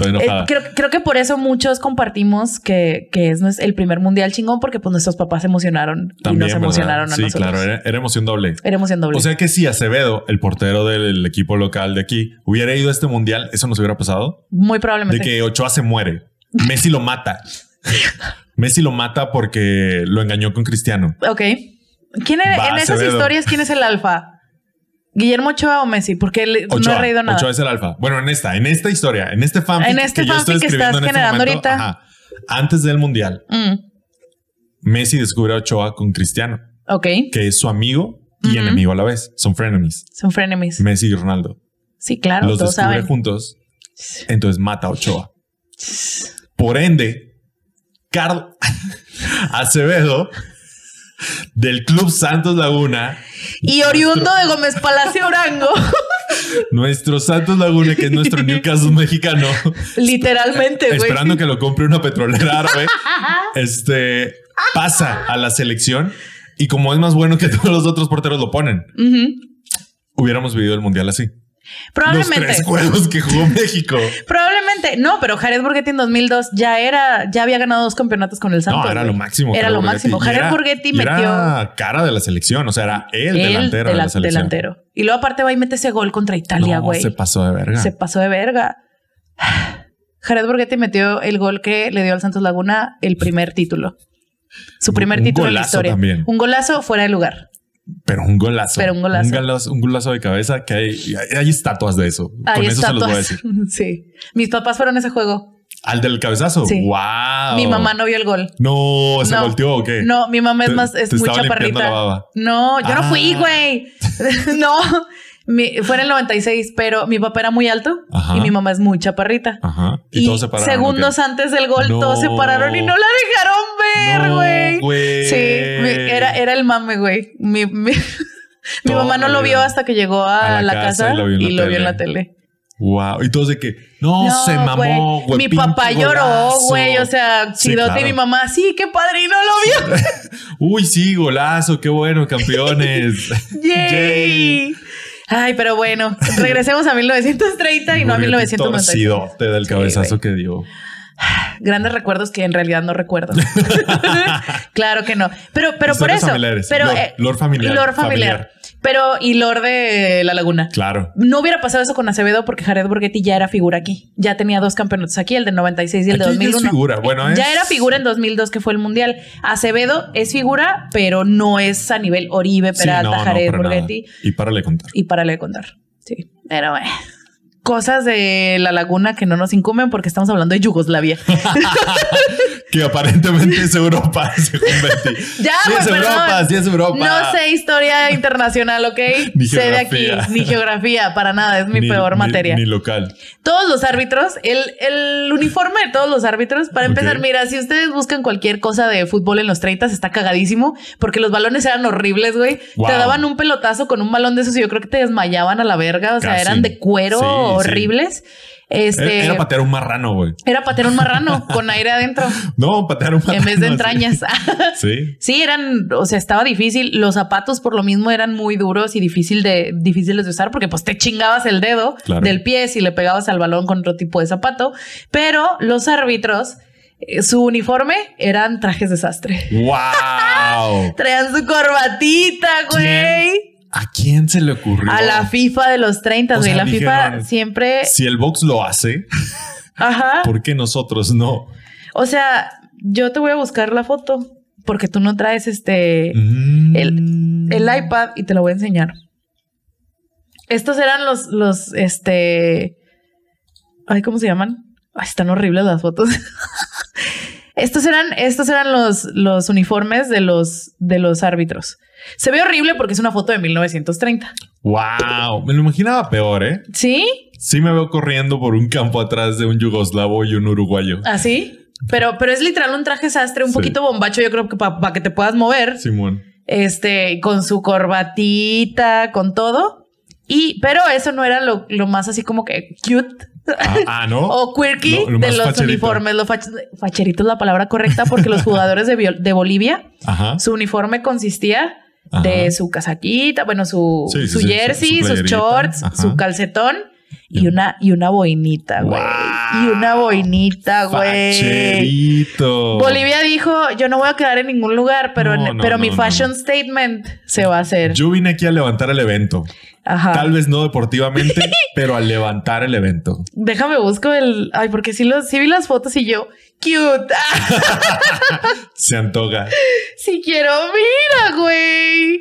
S2: Estoy
S1: Eh,
S2: enojada.
S1: creo, creo que por eso muchos compartimos que, que es nues- el primer mundial chingón porque pues nuestros papás se emocionaron y nos
S2: ¿verdad?
S1: emocionaron a
S2: Sí,
S1: nosotros.
S2: claro, era, era emoción doble.
S1: Era emoción doble.
S2: O sea que si Acevedo, el portero del equipo local de aquí, hubiera ido a este mundial, eso nos hubiera pasado.
S1: Muy
S2: De
S1: probablemente.
S2: que Ochoa se muere. Messi lo mata. Messi lo mata porque lo engañó con Cristiano.
S1: Ok. ¿Quién era-
S2: Va,
S1: en esas
S2: Acevedo.
S1: historias, ¿quién es el alfa? ¿Guillermo Ochoa o Messi? Porque le- no
S2: Ochoa,
S1: he reído nada.
S2: Ochoa es el alfa. Bueno, en esta, en esta historia, en este fanfic
S1: En este
S2: que yo estoy
S1: fanfic que
S2: escribiendo
S1: estás
S2: en este
S1: generando
S2: momento,
S1: ahorita.
S2: ajá, antes del mundial,
S1: Mm,
S2: Messi descubre a Ochoa con Cristiano,
S1: ok.
S2: que es su amigo y
S1: Ujú.
S2: enemigo a la vez. Son frenemies.
S1: Son frenemies.
S2: Messi y Ronaldo.
S1: Sí, claro,
S2: Los
S1: todos
S2: descubre
S1: saben.
S2: juntos. Entonces mata a Ochoa. Por ende, Carl Acevedo del Club Santos Laguna,
S1: Y oriundo de Gómez Palacio Durango,
S2: nuestro Santos Laguna, que es nuestro Newcastle mexicano,
S1: literalmente, güey.
S2: esperando que lo compre una petrolera árabe, este pasa a la selección y como es más bueno que todos los otros porteros lo ponen,
S1: Ujú.
S2: hubiéramos vivido el mundial así. Los
S1: Probablemente.
S2: tres juegos que jugó México.
S1: Probablemente. No, pero Jared Borghetti en 2002 ya era, ya había ganado dos campeonatos con el Santos.
S2: no, era lo
S1: güey.
S2: máximo.
S1: pues Era
S2: Jared
S1: lo
S2: Borghetti.
S1: máximo.
S2: Y
S1: Jared
S2: era-
S1: Borghetti
S2: y era
S1: metió
S2: cara de la selección, o sea, era el,
S1: el
S2: delantero de
S1: dela-
S2: la selección.
S1: delantero. Y luego aparte va y mete ese gol contra Italia,
S2: No,
S1: güey.
S2: se pasó de verga.
S1: Se pasó de verga. Jared Borghetti metió el gol que le dio al Santos Laguna el primer título. Su
S2: Un-
S1: primer
S2: un
S1: título en la
S2: golazo
S1: historia.
S2: también.
S1: Un golazo fuera de lugar.
S2: Pero un golazo.
S1: Pero un golazo.
S2: Un golazo, un golazo de cabeza que hay, hay, hay estatuas de eso.
S1: Ahí
S2: Con eso
S1: está.
S2: se los voy a
S1: todo.
S2: decir.
S1: Sí. Mis papás fueron a ese juego.
S2: Al del cabezazo.
S1: Sí.
S2: Wow.
S1: Mi mamá no vio el gol.
S2: No, se
S1: No.
S2: volteó o qué.
S1: No, mi mamá es
S2: oh. Te-
S1: más, es
S2: te
S1: muy
S2: estaba limpiando la
S1: chaparrita.
S2: baba.
S1: No, yo no fui,
S2: Ah.
S1: güey. no. Mi- fue en el 96, pero mi papá era muy alto
S2: Ajá.
S1: y mi mamá es muy chaparrita.
S2: Ajá. Y,
S1: Y,
S2: todos se pararon.
S1: segundos antes del gol,
S2: No.
S1: todos se pararon y no la dejaron ver, güey.
S2: güey.
S1: Sí, mi- era, era el mame, güey. Mi, mi- mi
S2: Todo
S1: mamá no lo vio
S2: bien.
S1: hasta que llegó a, la, casa, y lo vio en la,
S2: tele.
S1: tele.
S2: Wow. Y todos de que no,
S1: No,
S2: se mamó, güey.
S1: Mi
S2: pinche
S1: papá lloró,
S2: golazo.
S1: güey. O sea,
S2: Sí,
S1: Chidote y
S2: claro.
S1: mi mamá, sí, qué padre, y no lo vio.
S2: Uy, sí, golazo. Qué bueno, campeones.
S1: Yay. Ay, pero bueno, regresemos a 1930 y no a 1990.
S2: Torcidote del
S1: Sí,
S2: cabezazo
S1: güey.
S2: que dio.
S1: Grandes recuerdos que en realidad no recuerdo. claro que no. Pero, pero por
S2: Historias
S1: eso.
S2: familiares.
S1: Pero
S2: Lore-
S1: eh,
S2: lore familiar.
S1: lore familiar. Pero Ilor de La Laguna.
S2: Claro.
S1: No hubiera pasado eso con Acevedo porque Jared Borghetti ya era figura aquí. Ya tenía dos campeonatos aquí, el del 96 y el de
S2: Aquí ya
S1: 2001.
S2: es figura. Bueno, es-
S1: Ya era figura en 2002 que fue el mundial. Acevedo es figura, pero no es a nivel Oribe,
S2: Sí, no,
S1: Peralta,
S2: no,
S1: Jared
S2: para nada.
S1: Borghetti
S2: Y párale de contar.
S1: y párale de contar. Sí, pero eh, cosas de la laguna que no nos incumben porque estamos hablando de Yugoslavia.
S2: Que aparentemente es Europa, según Betty.
S1: Ya,
S2: sí
S1: güey,
S2: es
S1: perdón.
S2: Europa, sí es Europa.
S1: No sé historia internacional, ¿ok?
S2: Ni
S1: sé de aquí,
S2: geografía.
S1: ni geografía, para nada, es mi
S2: Ni-
S1: peor
S2: ni-
S1: materia.
S2: Ni local.
S1: Todos los árbitros, el, el uniforme de todos los árbitros, para empezar,
S2: Ok.
S1: mira, si ustedes buscan cualquier cosa de fútbol en los 30, está cagadísimo, porque los balones eran horribles, güey.
S2: Wow.
S1: Te daban un pelotazo con un balón de esos y yo creo que te desmayaban a la verga, o sea,
S2: Casi.
S1: eran de cuero
S2: Sí, sí.
S1: horribles. Este,
S2: Era- Era patear un marrano, güey.
S1: era patear un marrano con aire adentro
S2: No, patear un marrano.
S1: en vez de
S2: sí.
S1: entrañas.
S2: Sí.
S1: Sí, eran, o sea, estaba difícil. Los zapatos por lo mismo eran muy duros y difícil de, difíciles de usar porque pues te chingabas el dedo
S2: Claro.
S1: del pie si le pegabas al balón con otro tipo de zapato. Pero los árbitros, eh, su uniforme eran trajes desastre.
S2: ¡Wow!
S1: Traían su corbatita, güey.
S2: ¿A quién se le ocurrió?
S1: A la FIFA de los 30,
S2: O
S1: güey.
S2: sea,
S1: La FIFA
S2: dijeron-
S1: siempre...
S2: Si el box lo hace,
S1: Ajá.
S2: ¿por qué nosotros no?
S1: O sea, yo te voy a buscar la foto porque tú no traes este...
S2: Mm.
S1: el iPad y te lo voy a enseñar. Estos eran los, los, este, ay, ¿cómo se llaman? Ay, están horribles las fotos. estos eran, estos eran los, los uniformes de los, de los árbitros. Se ve horrible porque es una foto de 1930.
S2: ¡Wow! Me lo imaginaba peor, ¿eh?
S1: ¿Sí?
S2: Sí me veo corriendo por un campo atrás de un yugoslavo y un uruguayo.
S1: Así. Pero, pero es literal un traje sastre, un
S2: Sí.
S1: poquito bombacho, yo creo que para que te puedas mover.
S2: Simón.
S1: este, con su corbatita, con todo. Y, pero eso no era lo, lo más así como que cute
S2: Ah, ah, ¿no?
S1: o quirky
S2: Lo- lo
S1: de
S2: más
S1: los
S2: facherito.
S1: uniformes. Los fach- facherito es la palabra correcta porque los jugadores de, Bio- de Bolivia,
S2: Ajá.
S1: su uniforme consistía
S2: Ah. ajá.
S1: de su casaquita, bueno, su,
S2: Sí, sí,
S1: su
S2: sí, su-
S1: jersey,
S2: su
S1: sus
S2: playerita.
S1: shorts,
S2: Ajá.
S1: su calcetón.
S2: Y
S1: Y
S2: un-
S1: una, y una boinita, güey.
S2: ¡Guau!
S1: Y una boinita, güey.
S2: Facherito.
S1: Bolivia dijo, yo no voy a quedar en ningún lugar, pero,
S2: No, no,
S1: pero mi
S2: no, no.
S1: fashion statement se va a hacer.
S2: Yo vine aquí a levantar el evento.
S1: Ajá.
S2: Tal vez no deportivamente, pero a levantar el evento.
S1: Déjame busco el... Ay, porque sí, los, sí vi las fotos y yo... Cute. Ah,
S2: Se antoja.
S1: sí quiero. Mira, güey.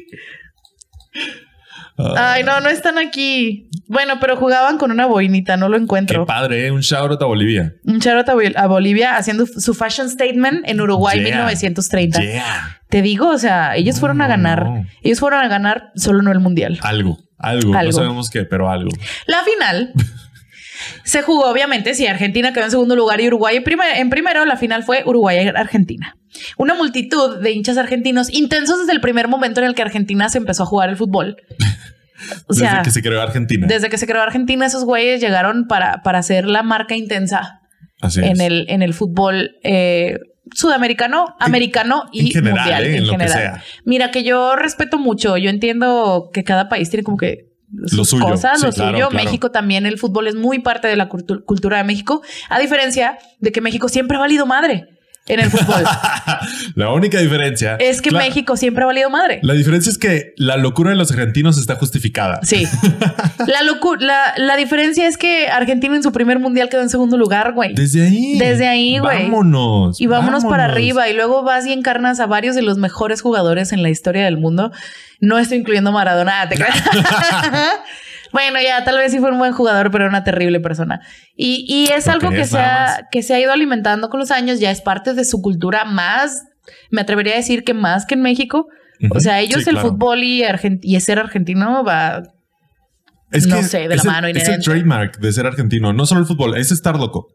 S2: Ah,
S1: Ay, no, no están aquí. Bueno, pero jugaban con una boinita. No lo
S2: qué
S1: encuentro.
S2: padre, ¿eh? Un shout out a Bolivia.
S1: Un charot a Bol- a Bolivia haciendo su fashion statement en Uruguay
S2: Yeah.
S1: 1930.
S2: Yeah.
S1: Te digo, o sea, ellos fueron a
S2: No,
S1: ganar.
S2: no.
S1: Ellos fueron a ganar solo no el mundial.
S2: Algo, algo, No
S1: Algo.
S2: sabemos qué, pero algo.
S1: La final se jugó, obviamente, si Argentina quedó en segundo lugar y Uruguay en, primer- en primero, la final fue Uruguay-Argentina. Una multitud de hinchas argentinos intensos desde el primer momento en el que Argentina se empezó a jugar el fútbol. O
S2: Desde
S1: sea,
S2: que se creó Argentina.
S1: desde que se creó Argentina, esos güeyes llegaron para, para hacer la marca intensa
S2: Así es.
S1: en el, en el fútbol eh, sudamericano, americano y
S2: en general,
S1: mundial.
S2: ¿eh? en,
S1: en
S2: lo
S1: general.
S2: que sea.
S1: Mira, que yo respeto mucho. Yo entiendo que cada país tiene como que sus
S2: Lo suyo,
S1: cosas,
S2: sí,
S1: lo
S2: claro,
S1: suyo.
S2: claro.
S1: México también, el fútbol es muy parte de la cultu- cultura de México, a diferencia de que México siempre ha valido madre en el fútbol.
S2: la única diferencia
S1: es que
S2: Cla-
S1: México siempre ha valido madre.
S2: La diferencia es que la locura de los argentinos está justificada.
S1: Sí. La, locu- la, la diferencia es que Argentina en su primer mundial quedó en segundo lugar, güey.
S2: Desde ahí.
S1: Desde ahí, güey.
S2: Vámonos.
S1: Y vámonos, para
S2: vámonos.
S1: arriba. Y luego vas y encarnas a varios de los mejores jugadores en la historia del mundo. No estoy incluyendo a Maradona. ah, te creas. bueno, ya tal vez sí fue un buen jugador, pero era una terrible persona. Y, y es
S2: Lo
S1: algo que
S2: crees,
S1: se,
S2: nada
S1: ha, que se ha ido alimentando con los años. Ya es parte de su cultura más, me atrevería a decir que más que en México.
S2: Ujú.
S1: O sea, ellos
S2: Sí,
S1: el
S2: claro.
S1: fútbol y, argen- y ser argentino va...
S2: Es
S1: no
S2: que
S1: sé, de
S2: es
S1: la
S2: el-
S1: mano
S2: Es el
S1: inherente.
S2: trademark de ser argentino. No solo el fútbol, es estar loco.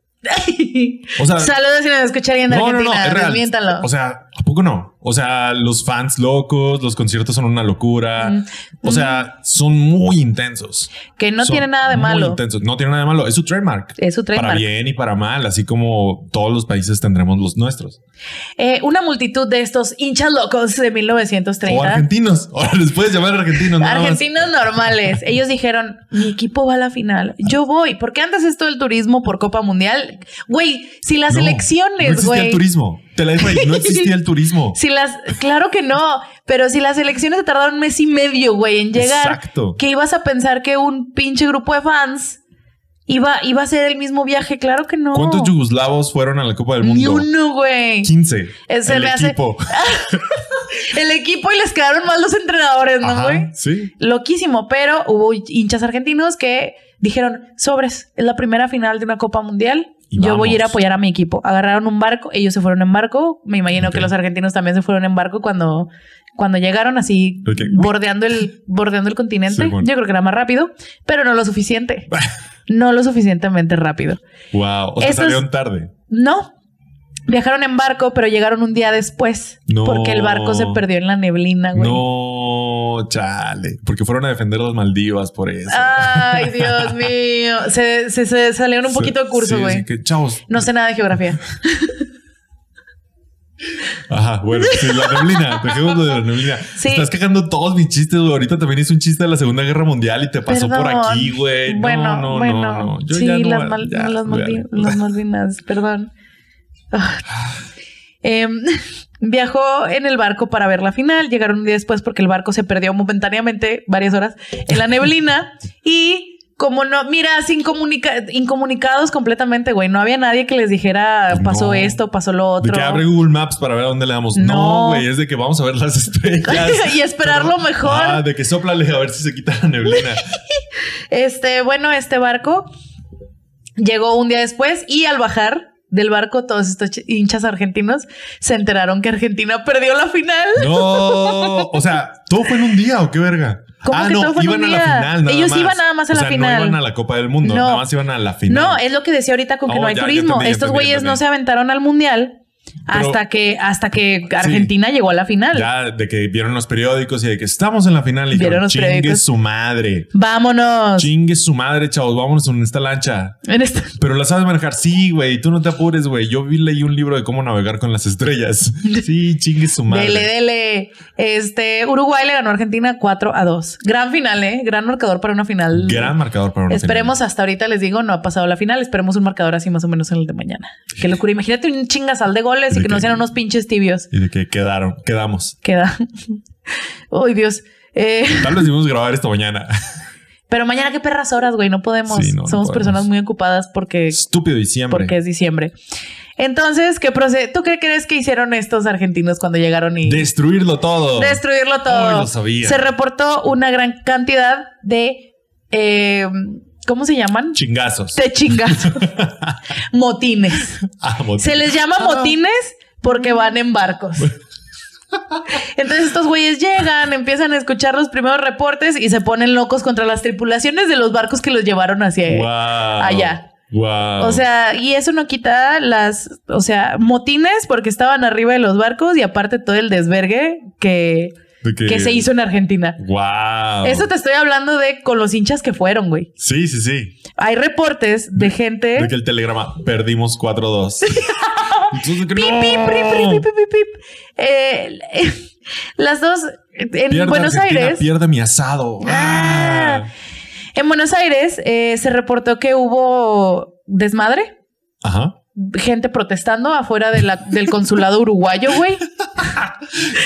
S2: O sea,
S1: Ah. Saludos si nos escucharían de
S2: no, no, no,
S1: Argentina.
S2: es real.
S1: desmiéntanlo.
S2: O sea, ¿a poco no? O sea, los fans locos, los conciertos son una locura.
S1: Mm.
S2: O sea, son muy intensos.
S1: que no
S2: Son
S1: tiene nada de
S2: muy
S1: malo.
S2: intensos. No tiene nada de malo. Es su trademark.
S1: Es su
S2: Para
S1: trademark.
S2: bien y para mal, así como todos los países tendremos los nuestros.
S1: Eh, una multitud de estos hinchas locos de
S2: O
S1: 1930.
S2: argentinos. Ahora les puedes llamar argentinos. nada más.
S1: Argentinos normales. Ellos dijeron, mi equipo va a la final. Yo voy. Porque antes esto del turismo por Copa Mundial, güey, si las
S2: No, no
S1: elecciones,
S2: existía el
S1: güey.
S2: turismo. Te la dejo ahí. No existía el turismo.
S1: Si las, claro que no, pero si las elecciones se tardaron un mes y medio, güey, en llegar,
S2: Exacto.
S1: que ibas a pensar que un pinche grupo de fans iba, iba a hacer el mismo viaje, claro que no.
S2: ¿Cuántos yugoslavos fueron a la Copa del
S1: Ni
S2: Mundo?
S1: uno, güey.
S2: 15.
S1: Eh, se
S2: el
S1: me hace-
S2: equipo.
S1: El equipo y les quedaron mal los entrenadores, ¿no,
S2: Ajá,
S1: güey?
S2: sí.
S1: Loquísimo, pero hubo hinchas argentinos que dijeron, sobres, es la primera final de una Copa Mundial.
S2: Y
S1: Yo voy a ir a
S2: vamos.
S1: apoyar a mi equipo. Agarraron un barco, ellos se fueron en barco. Me imagino
S2: Ok.
S1: que los argentinos también se fueron en barco cuando, cuando llegaron así,
S2: Ok.
S1: bordeando, el, bordeando el continente.
S2: Sí, bueno.
S1: Yo creo que era más rápido, pero no lo suficiente. no lo suficientemente rápido.
S2: Wow. O sea,
S1: Eso es-
S2: salieron tarde.
S1: No. Viajaron en barco, pero llegaron un día después.
S2: No.
S1: Porque el barco se perdió en la neblina, Ah, güey.
S2: No, chale. Porque fueron a defender las Maldivas por eso.
S1: Ah, Ay, Dios mío. Se, se, se salieron un poquito de curso,
S2: Sí,
S1: güey.
S2: sí, que, chavos.
S1: No sé nada de geografía.
S2: Ajá, bueno, sí, la neblina. Dejémoslo de la neblina.
S1: Sí.
S2: Estás cagando todos mis chistes, güey. Ahorita también hice un chiste de la Segunda Guerra Mundial y te pasó por
S1: Perdón.
S2: aquí, güey. Eh, No,
S1: bueno,
S2: no, no,
S1: bueno.
S2: no. Yo
S1: sí,
S2: ya no
S1: las,
S2: voy a-
S1: mal-
S2: ya,
S1: las
S2: voy a-
S1: Maldi- las Malvinas, perdón. Ah. Em, viajó en el barco para ver la final. Llegaron un día después porque el barco se perdió momentáneamente varias horas en la neblina. y como no, mira, sin comunica- incomunicados completamente, güey. No había nadie que les dijera
S2: Pues
S1: pasó
S2: no.
S1: esto, pasó lo
S2: De
S1: otro.
S2: que abre Google Maps para ver a dónde le damos.
S1: No.
S2: No, güey, es de que vamos a ver las estrellas.
S1: y esperar lo mejor.
S2: Ah, de que soplale a ver si se quita la neblina.
S1: Este, bueno, este barco llegó un día después y al bajar del barco todos estos ch- hinchas argentinos se enteraron que Argentina perdió la final.
S2: No, o sea, todo fue en un día o qué verga.
S1: ¿Cómo
S2: ah,
S1: que
S2: no,
S1: todo fue en
S2: iban
S1: un
S2: a la
S1: día?
S2: final. Nada
S1: Ellos
S2: más.
S1: iban nada más a
S2: O
S1: la
S2: sea,
S1: final.
S2: No iban a la Copa del Mundo,
S1: No.
S2: nada más iban a la final.
S1: No, es lo que decía ahorita con que
S2: Oh,
S1: no hay
S2: ya, ya
S1: turismo.
S2: entendí, ya
S1: estos
S2: entendí,
S1: güeyes
S2: entendí.
S1: no se aventaron al mundial
S2: Pero-
S1: hasta que hasta que Argentina llegó a la final.
S2: Ya de que vieron los periódicos y de que estamos en la final
S1: Vieron
S2: y dijeron,
S1: los
S2: chingue
S1: periódicos".
S2: su madre.
S1: Vámonos.
S2: Chingue su madre, chavos, vámonos en esta lancha.
S1: En este, esta-
S2: Pero la sabes manejar. Sí, güey, tú no te apures, güey. Yo vi, leí un libro de cómo navegar con las estrellas. Sí, chingue su madre.
S1: Dele, dele. Este, Uruguay le ganó a Argentina 4 a 2. Gran final, ¿eh? Gran marcador para una final.
S2: Gran marcador para una
S1: Esperemos hasta ahorita, les digo, no ha pasado la final. Esperemos un marcador así más o menos en el de mañana. Qué locura. Imagínate un chingasal de goles y
S2: De
S1: que no
S2: que-
S1: sean unos pinches tibios.
S2: final. Y de que quedaron, quedamos.
S1: Queda. Uy, Dios. Eh,
S2: Tal vez debimos grabar esto mañana.
S1: pero mañana qué perras horas, güey. No podemos.
S2: Sí, no, no
S1: Somos
S2: podemos.
S1: personas muy ocupadas porque,
S2: Estúpido diciembre.
S1: porque es diciembre. Entonces, ¿qué procede? ¿Tú qué crees que hicieron estos argentinos cuando llegaron y
S2: Destruirlo todo.
S1: destruirlo todo?
S2: Ay, lo sabía.
S1: Se reportó una gran cantidad de. eh, ¿Cómo se llaman?
S2: Chingazos.
S1: De chingazos. Motines.
S2: Ah, botín.
S1: Se les llama motines porque van en barcos. Entonces estos güeyes llegan, empiezan a escuchar los primeros reportes y se ponen locos contra las tripulaciones de los barcos que los llevaron hacia
S2: Wow.
S1: allá.
S2: Wow.
S1: Ah, O sea, y eso no quita las, o sea, motines porque estaban arriba de los barcos y aparte todo el desvergue que,
S2: De
S1: que se hizo en Argentina.
S2: Wow.
S1: Eso te estoy hablando de con los hinchas que fueron, güey.
S2: Sí, sí, sí.
S1: Hay reportes de gente...
S2: De que el telegrama perdimos 4-2. Entonces, de que,
S1: Pip,
S2: "No".
S1: pip, pip, pip, pip, pip, pip. Eh, las dos en
S2: Pierde
S1: Buenos
S2: Argentina,
S1: Aires.
S2: Pierde mi asado.
S1: Ah.
S2: Ah.
S1: En Buenos Aires eh, se reportó que hubo desmadre,
S2: Ah. Ajá.
S1: gente protestando afuera de la- del consulado uruguayo, güey,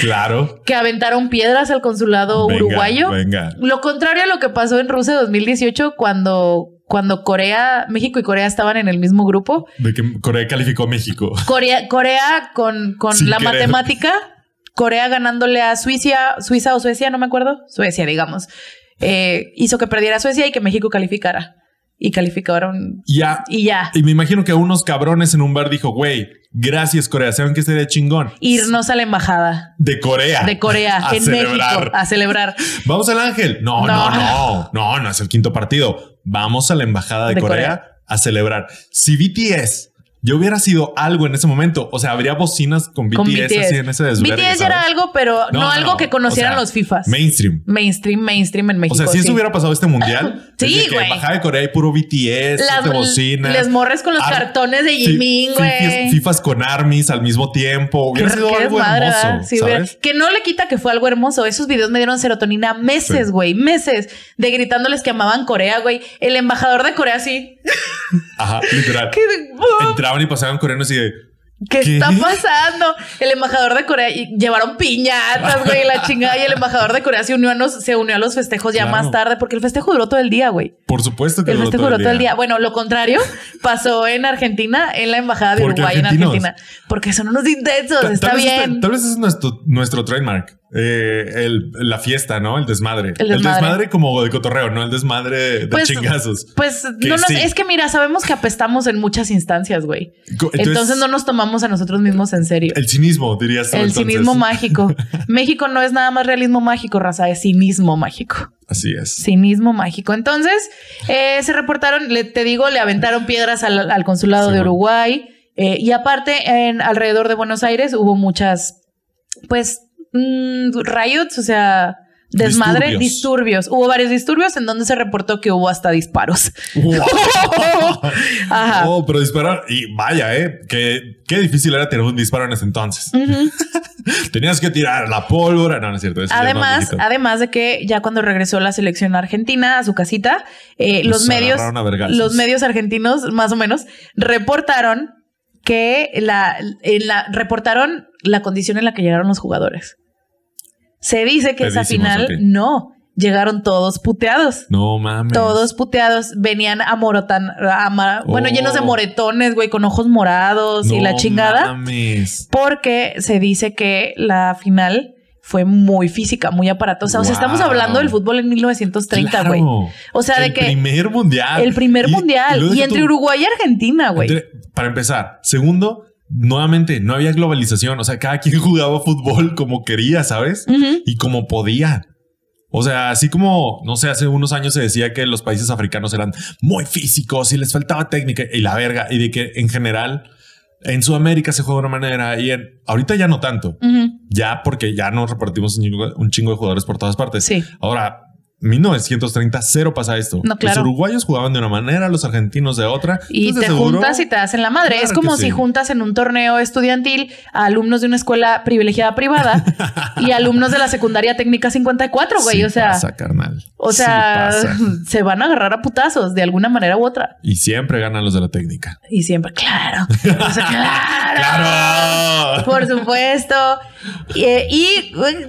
S2: Claro.
S1: que aventaron piedras al consulado
S2: Venga,
S1: uruguayo.
S2: Venga.
S1: Lo contrario a lo que pasó en Rusia 2018 cuando cuando Corea, México y Corea estaban en el mismo grupo.
S2: De que Corea calificó a México.
S1: Corea, Corea con, con
S2: Sin
S1: la
S2: querer.
S1: matemática, Corea ganándole a Suiza, Suiza o Suecia, no me acuerdo, Suecia, digamos, eh, hizo que perdiera Suecia y que México calificara. Y calificaron
S2: Ya.
S1: y ya.
S2: Y me imagino que a unos cabrones en un bar dijo, güey, gracias Corea, ¿saben qué sería chingón?
S1: Irnos a la embajada
S2: De Corea.
S1: de Corea
S2: Ah, A
S1: en
S2: celebrar.
S1: México a celebrar.
S2: Vamos al Ángel. No, no,
S1: No.
S2: no, no, no, es el quinto partido. Vamos a la Embajada de,
S1: De
S2: Corea, a celebrar. Si BTS yo hubiera sido algo en ese momento, o sea, habría bocinas con BTS,
S1: con
S2: así en ese
S1: BTS.
S2: desvergue,
S1: BTS ya era
S2: ¿sabes?
S1: algo, pero no,
S2: No,
S1: algo
S2: no,
S1: que conocieran
S2: o sea,
S1: los FIFAs.
S2: Mainstream.
S1: mainstream, mainstream en
S2: O
S1: México.
S2: sea,
S1: sí.
S2: si eso hubiera pasado este mundial,
S1: Sí,
S2: es de que
S1: güey.
S2: Embajada de Corea y puro BTS,
S1: Las-
S2: de bocinas. Ah,
S1: les morres con los
S2: Ar-
S1: cartones de
S2: fi-
S1: Jimin, güey.
S2: fifis- Fifas con armies al mismo tiempo. Hubiera
S1: Qué-
S2: sido
S1: qué
S2: algo
S1: desmadre,
S2: hermoso.
S1: ¿verdad? Sí, hubiera-
S2: ¿sabes?
S1: que no le quita que fue algo hermoso. Esos videos me dieron serotonina meses,
S2: Sí.
S1: güey, meses de gritándoles que amaban Corea, güey. El embajador de Corea, sí.
S2: Ajá, literal.
S1: Que de-
S2: Entraban y pasaban coreanos y de
S1: ¿Qué,
S2: ¿Qué?
S1: está pasando? El embajador de Corea y llevaron piñatas, güey, la chingada. Y el embajador de Corea se unió a, nos- se unió a los festejos ya
S2: Claro.
S1: más tarde, porque el festejo duró todo el día, güey.
S2: Por supuesto que
S1: El
S2: duró
S1: festejo duró todo el día. Bueno, lo contrario pasó en Argentina, en la embajada de
S2: ¿Por qué
S1: Uruguay en
S2: argentinos?
S1: Argentina. Porque son unos intensos,
S2: Ta-
S1: está
S2: tal vez
S1: bien.
S2: este- tal vez ese es nuestro, nuestro trademark. Eh, el- la fiesta, ¿no? El desmadre.
S1: El desmadre.
S2: como de cotorreo, no el desmadre de
S1: Pues,
S2: chingazos.
S1: Pues
S2: Que
S1: no nos-
S2: sí.
S1: es que mira, sabemos que apestamos en muchas instancias, güey.
S2: Co-
S1: Entonces, no nos tomamos a nosotros mismos en serio.
S2: El cinismo, dirías tú,
S1: El
S2: entonces.
S1: cinismo mágico. México no es nada más realismo mágico, raza, es cinismo mágico.
S2: Así es.
S1: Cinismo mágico. Entonces, eh, se reportaron, le- te digo, le aventaron piedras al, al consulado
S2: Sí,
S1: de
S2: bueno.
S1: Uruguay. eh, y aparte, en alrededor de Buenos Aires hubo muchas, pues, mm, riots, o sea, desmadre, disturbios.
S2: Disturbios.
S1: Hubo varios disturbios en donde se reportó que hubo hasta disparos. Ajá.
S2: Oh, pero disparar. Y vaya, ¿eh? Qué, qué difícil era tener un disparo en ese entonces.
S1: Ujú.
S2: Tenías que tirar la pólvora. No, no es cierto. eso ya es más
S1: Además,
S2: viejito.
S1: además de que ya cuando regresó la selección argentina a su casita, eh,
S2: Nos
S1: los medios,
S2: Pues agarraron a vergazos.
S1: los medios argentinos, más o menos, reportaron que la, en la- reportaron la condición en la que llegaron los jugadores. Se dice que esa
S2: Pedísimos,
S1: final
S2: ok.
S1: no llegaron todos puteados.
S2: No mames.
S1: Todos puteados venían a morotan, a ma- bueno,
S2: Oh.
S1: llenos de moretones, güey, con ojos morados y
S2: No
S1: la chingada
S2: mames.
S1: porque se dice que la final fue muy física, muy aparatosa. O sea, estamos
S2: Wow.
S1: hablando del fútbol en 1930, güey.
S2: Claro.
S1: O sea, de
S2: el
S1: que
S2: primer mundial.
S1: el primer
S2: Y-
S1: mundial
S2: luego
S1: y,
S2: deja
S1: entre
S2: tú-
S1: Uruguay y Argentina, güey.
S2: entre- Para empezar. Segundo, nuevamente, no había globalización. O sea, cada quien jugaba fútbol como quería, ¿sabes?
S1: Ujú.
S2: Y como podía. O sea, así como, no sé, hace unos años se decía que los países africanos eran muy físicos y les faltaba técnica y la verga. Y de que en general en Sudamérica se juega de una manera y en- ahorita ya no tanto.
S1: Ujú.
S2: Ya porque ya nos repartimos un chingo, un chingo de jugadores por todas partes.
S1: Sí.
S2: Ahora, 1930, cero pasa esto.
S1: No, claro.
S2: Los uruguayos jugaban de una manera, los argentinos de otra.
S1: Y
S2: Entonces,
S1: te
S2: seguro-
S1: juntas y te hacen la madre. es
S2: Claro
S1: como
S2: que
S1: si
S2: sí.
S1: juntas en un torneo estudiantil a alumnos de una escuela privilegiada privada y alumnos de la secundaria técnica 54, güey.
S2: Sí
S1: o sea,
S2: pasa, carnal.
S1: o
S2: Sí
S1: sea,
S2: pasa.
S1: se van a agarrar a putazos de alguna manera u otra.
S2: Y siempre ganan los de la técnica.
S1: Y siempre, claro. O sea, claro.
S2: ¡Claro!
S1: Por supuesto. Y, eh, y, eh,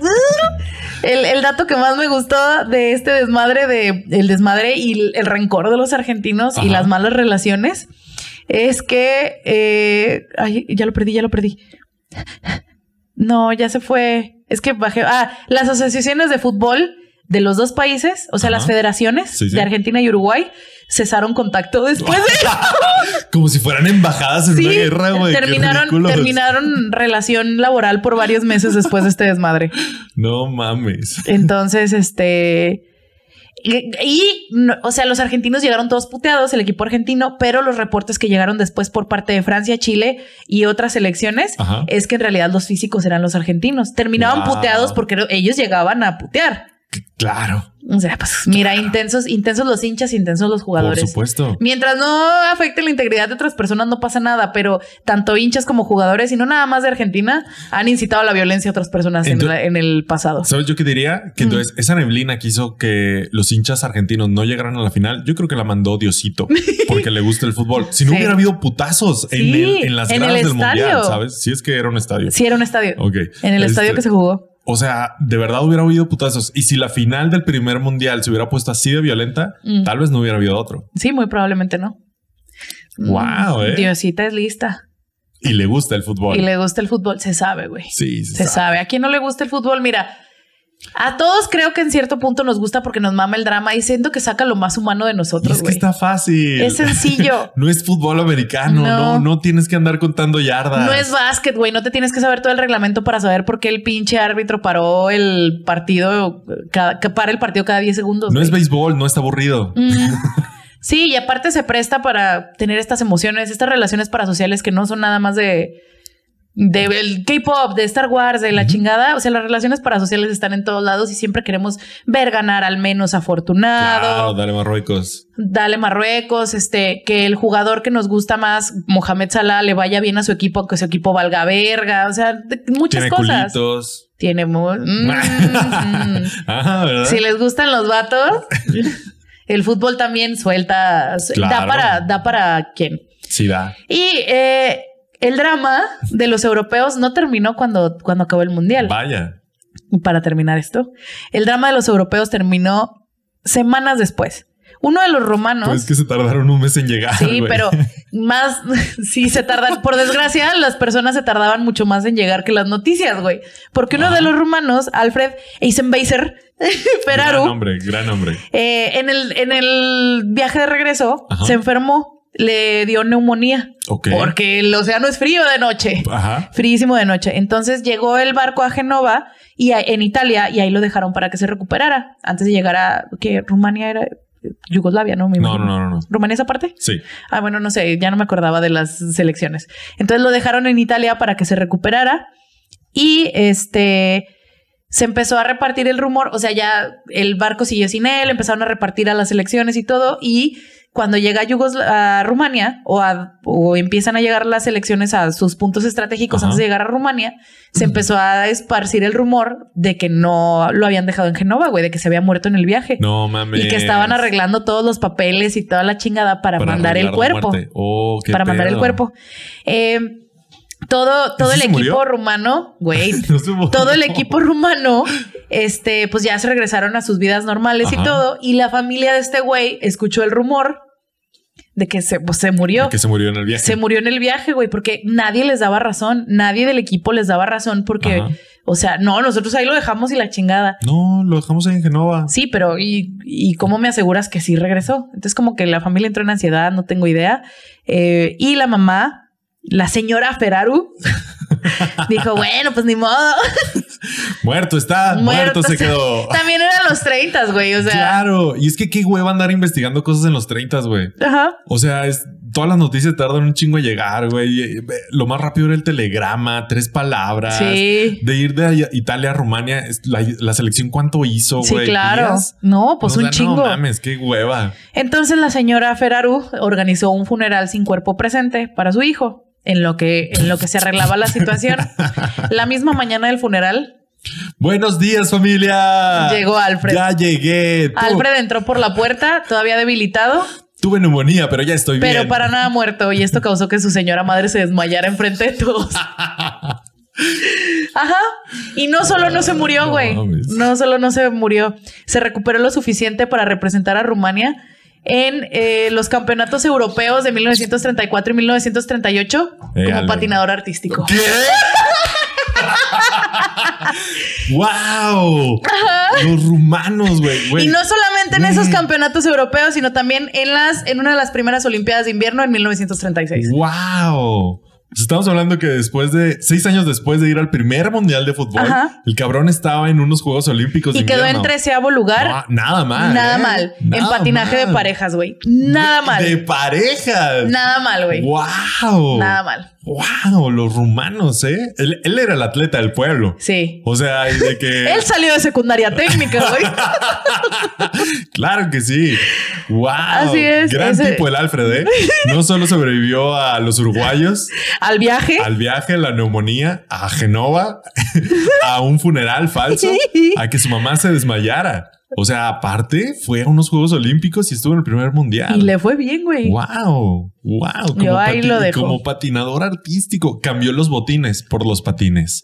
S1: el, el dato que más me gustó de este desmadre de el desmadre y el, el rencor de los argentinos y
S2: Ajá.
S1: las malas relaciones es que eh, ay, ya lo perdí, ya lo perdí. No, ya se fue. Es que bajé. Ah, las asociaciones de fútbol de los dos países, o sea,
S2: Ajá.
S1: las federaciones
S2: Sí, sí.
S1: de Argentina y Uruguay cesaron contacto después de
S2: Como si fueran embajadas en una guerra, güey. Qué
S1: terminaron,
S2: ridículos.
S1: terminaron relación laboral por varios meses después de este desmadre.
S2: No mames.
S1: Entonces, este. Y, y, no, o sea, los argentinos llegaron todos puteados, el equipo argentino, pero los reportes que llegaron después por parte de Francia, Chile y otras elecciones
S2: Ajá.
S1: es que en realidad los físicos eran los argentinos. Terminaban
S2: Wow.
S1: puteados porque no- ellos llegaban a putear.
S2: Claro.
S1: O sea, pues mira, intensos, intensos los hinchas, intensos los jugadores. Mm.
S2: Por supuesto.
S1: Mientras no afecte la integridad de otras personas, no pasa nada, pero tanto hinchas como jugadores, y no nada más de Argentina, han incitado a la violencia a otras personas en,
S2: Entonces-
S1: la- en el pasado.
S2: ¿Sabes yo qué diría? Que
S1: Mm.
S2: entonces esa neblina que hizo que los hinchas argentinos no llegaran a la final, yo creo que la mandó Diosito porque le gusta el fútbol. Si no
S1: Sí.
S2: hubiera habido putazos en,
S1: Sí,
S2: el- en las
S1: en
S2: gradas
S1: el
S2: del
S1: estadio.
S2: mundial, ¿sabes? Si es que era un estadio.
S1: Sí, era un estadio.
S2: Ok.
S1: En el
S2: Este,
S1: estadio que se jugó.
S2: O sea, de verdad hubiera habido putazos. Y si la final del primer mundial se hubiera puesto así de violenta,
S1: Mm.
S2: tal vez no hubiera habido otro.
S1: Sí, muy probablemente no.
S2: Guau,
S1: Mm,
S2: eh.
S1: Diosita es lista.
S2: Y le gusta el fútbol.
S1: Y le gusta el fútbol. Se sabe, güey.
S2: Sí, se
S1: Se
S2: sabe.
S1: sabe. ¿A quién no le gusta el fútbol? Mira, a todos creo que en cierto punto nos gusta porque nos mama el drama y siento que saca lo más humano de
S2: Y
S1: nosotros,
S2: es que
S1: güey.
S2: está fácil.
S1: Es sencillo.
S2: No es fútbol americano,
S1: No.
S2: no. no, tienes que andar contando yardas.
S1: No es básquet, güey. No te tienes que saber todo el reglamento para saber por qué el pinche árbitro paró el partido, eh, cada, que para el partido cada 10 segundos.
S2: No es
S1: güey.
S2: béisbol, no está aburrido.
S1: Mm. Sí, y aparte se presta para tener estas emociones, estas relaciones parasociales que no son nada más de del K-pop, de Star Wars, de la
S2: Ujú.
S1: chingada. O sea, las relaciones parasociales están en todos lados y siempre queremos ver ganar al menos afortunado.
S2: Claro, dale Marruecos.
S1: Dale Marruecos, este, que el jugador que nos gusta más, Mohamed Salah, le vaya bien a su equipo, aunque su equipo valga verga, o sea, de- muchas
S2: Tiene
S1: cosas.
S2: culitos.
S1: Tiene mu- mm, mm.
S2: Ah, ¿verdad?
S1: Si les gustan los vatos, el fútbol también suelta, su- da
S2: Claro.
S1: para, da para quién.
S2: Sí, da.
S1: Y eh, El drama de los europeos no terminó cuando, cuando acabó el mundial.
S2: Vaya.
S1: Para terminar esto, el drama de los europeos terminó semanas después. Uno de los romanos.
S2: Pues es que se tardaron un mes en llegar.
S1: Sí,
S2: güey.
S1: pero más, sí, se tardan, por desgracia, las personas se tardaban mucho más en llegar que las noticias, güey. Porque uno de los rumanos, Alfred Eisenbeiser
S2: Gran
S1: Feraru,
S2: hombre, gran hombre.
S1: eh, en, el, en el viaje de regreso
S2: Ajá.
S1: se enfermó, le dio neumonía,
S2: Ok.
S1: porque el océano es frío de noche.
S2: Ajá.
S1: Fríísimo de noche. Entonces llegó el barco a Genova y a- en Italia y ahí lo dejaron para que se recuperara antes de llegar a que Rumania era eh, Yugoslavia, ¿no? Me
S2: No, no,
S1: imagino.
S2: no, no, no.
S1: Rumania esa parte.
S2: Sí.
S1: Ah, bueno, no sé, ya no me acordaba de las selecciones. Entonces lo dejaron en Italia para que se recuperara y este se empezó a repartir el rumor, o sea, ya el barco siguió sin él, empezaron a repartir a las selecciones y todo y cuando llega a, Yugosla- a Rumania o, a- o empiezan a llegar las selecciones a sus puntos estratégicos
S2: Ajá.
S1: antes de llegar a Rumania, se empezó a esparcir el rumor de que no lo habían dejado en Genova, güey, de que se había muerto en el viaje.
S2: No mames.
S1: Y que estaban arreglando todos los papeles y toda la chingada para, mandar el
S2: arreglar la
S1: cuerpo
S2: muerte. Oh, qué
S1: para mandar el
S2: pedo.
S1: cuerpo. Eh, todo todo
S2: ¿Sí
S1: el
S2: se
S1: equipo
S2: murió?
S1: rumano, güey,
S2: No se murió.
S1: todo el equipo rumano, este, pues ya se regresaron a sus vidas normales y
S2: Ajá.
S1: todo. Y la familia de este güey escuchó el rumor de que se, pues, se murió.
S2: Que se murió en el viaje.
S1: Se murió en el viaje, güey, porque nadie les daba razón. Nadie del equipo les daba razón porque,
S2: Ajá.
S1: o sea, no, nosotros ahí lo dejamos y la chingada.
S2: No, lo dejamos ahí en Genova.
S1: Sí, pero ¿y, y cómo me aseguras que sí regresó? Entonces como que la familia entró en ansiedad, no tengo idea. Eh, y la mamá, la señora Feraru, dijo, bueno, pues ni modo.
S2: Muerto está, muerto,
S1: Muerto
S2: se
S1: está.
S2: quedó.
S1: También eran los 30, güey, o sea.
S2: claro. Y es que qué hueva andar investigando cosas en los 30, güey.
S1: Ajá.
S2: O sea, es, todas las noticias tardan un chingo en llegar, güey. Y, eh, Lo más rápido era el telegrama, tres palabras.
S1: Sí.
S2: De ir de allá- Italia a Rumania, es la, la selección cuánto hizo,
S1: Sí,
S2: güey.
S1: claro.
S2: ¿Días?
S1: No, pues
S2: O sea,
S1: un chingo.
S2: No mames, qué hueva.
S1: Entonces la señora Feraru organizó un funeral sin cuerpo presente para su hijo, en lo que, en lo que se arreglaba la situación. la misma mañana del funeral
S2: Buenos días, familia.
S1: llegó Alfred.
S2: Ya llegué. Tu-
S1: Alfred entró por la puerta, todavía debilitado,
S2: Tuve neumonía, pero ya estoy
S1: pero
S2: bien.
S1: para nada muerto. Y esto causó que su señora madre se desmayara enfrente de todos. Ajá. Y no solo no se murió,
S2: Ah, No
S1: güey.
S2: mames.
S1: No solo no se murió. Se recuperó lo suficiente para representar a Rumania en eh, los campeonatos europeos de 1934 y 1938
S2: Eh,
S1: como
S2: Alfred.
S1: patinador artístico.
S2: ¿Qué? ¡Wow! Los rumanos, güey. güey.
S1: Y no solamente en
S2: Güey.
S1: esos campeonatos europeos, sino también en las en una de las primeras Olimpiadas de invierno en 1936.
S2: ¡Wow! Pues Estamos hablando que después de seis años después de ir al primer mundial de fútbol,
S1: Ajá.
S2: el cabrón estaba en unos Juegos Olímpicos.
S1: Y
S2: de
S1: quedó en
S2: invierno.
S1: treceavo lugar.
S2: No, nada mal.
S1: Nada
S2: ¿eh?
S1: mal. en
S2: Nada
S1: patinaje de
S2: mal.
S1: parejas, güey. Nada mal.
S2: De parejas.
S1: Nada mal, güey.
S2: ¡Wow!
S1: Nada mal.
S2: ¡Wow! Los rumanos, ¿eh? Él, él era el atleta del pueblo.
S1: Sí.
S2: O sea, de que.
S1: Él salió de secundaria técnica, güey.
S2: Claro que sí. Wow.
S1: Así es,
S2: Gran
S1: ese-
S2: tipo el Alfred, ¿eh? No solo sobrevivió a los uruguayos,
S1: Al viaje.
S2: al viaje, a la neumonía, a Genova, a un funeral falso, a que su mamá se desmayara. O sea, aparte fue a unos Juegos Olímpicos y estuvo en el primer mundial.
S1: Y le fue bien, güey.
S2: Wow, wow, como,
S1: Yo ahí
S2: pati-
S1: lo dejo.
S2: como patinador artístico, cambió los botines por los patines.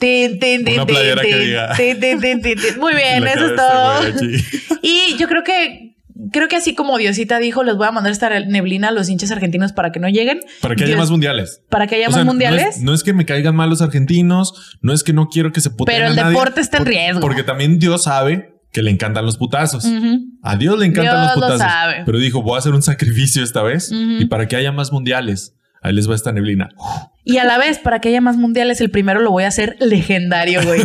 S1: Tin, tin, tin,
S2: Una
S1: tin,
S2: playera que
S1: tin,
S2: diga.
S1: tin, tin, tin, tin, tin. Muy bien,
S2: La
S1: eso es
S2: cabeza,
S1: todo.
S2: güey, aquí.
S1: Y yo creo que creo que así como Diosita dijo, les voy a mandar esta neblina a los hinchas argentinos para que no lleguen,
S2: Para que haya
S1: Dios-
S2: más mundiales.
S1: para que haya
S2: O
S1: más
S2: sea, No
S1: mundiales.
S2: es, no es que me caigan mal los argentinos, no es que no quiero que se puteen
S1: Pero
S2: a
S1: el
S2: nadie,
S1: deporte está en
S2: por-
S1: riesgo.
S2: Porque también Dios sabe que le encantan los putazos.
S1: Ujú.
S2: A Dios le encantan
S1: Dios
S2: los
S1: lo
S2: putazos.
S1: sabe.
S2: Pero dijo, voy a hacer un sacrificio esta vez
S1: Ujú.
S2: y para que haya más mundiales. Ahí les va esta neblina.
S1: Y a la vez, para que haya más mundiales, el primero lo voy a hacer legendario, güey.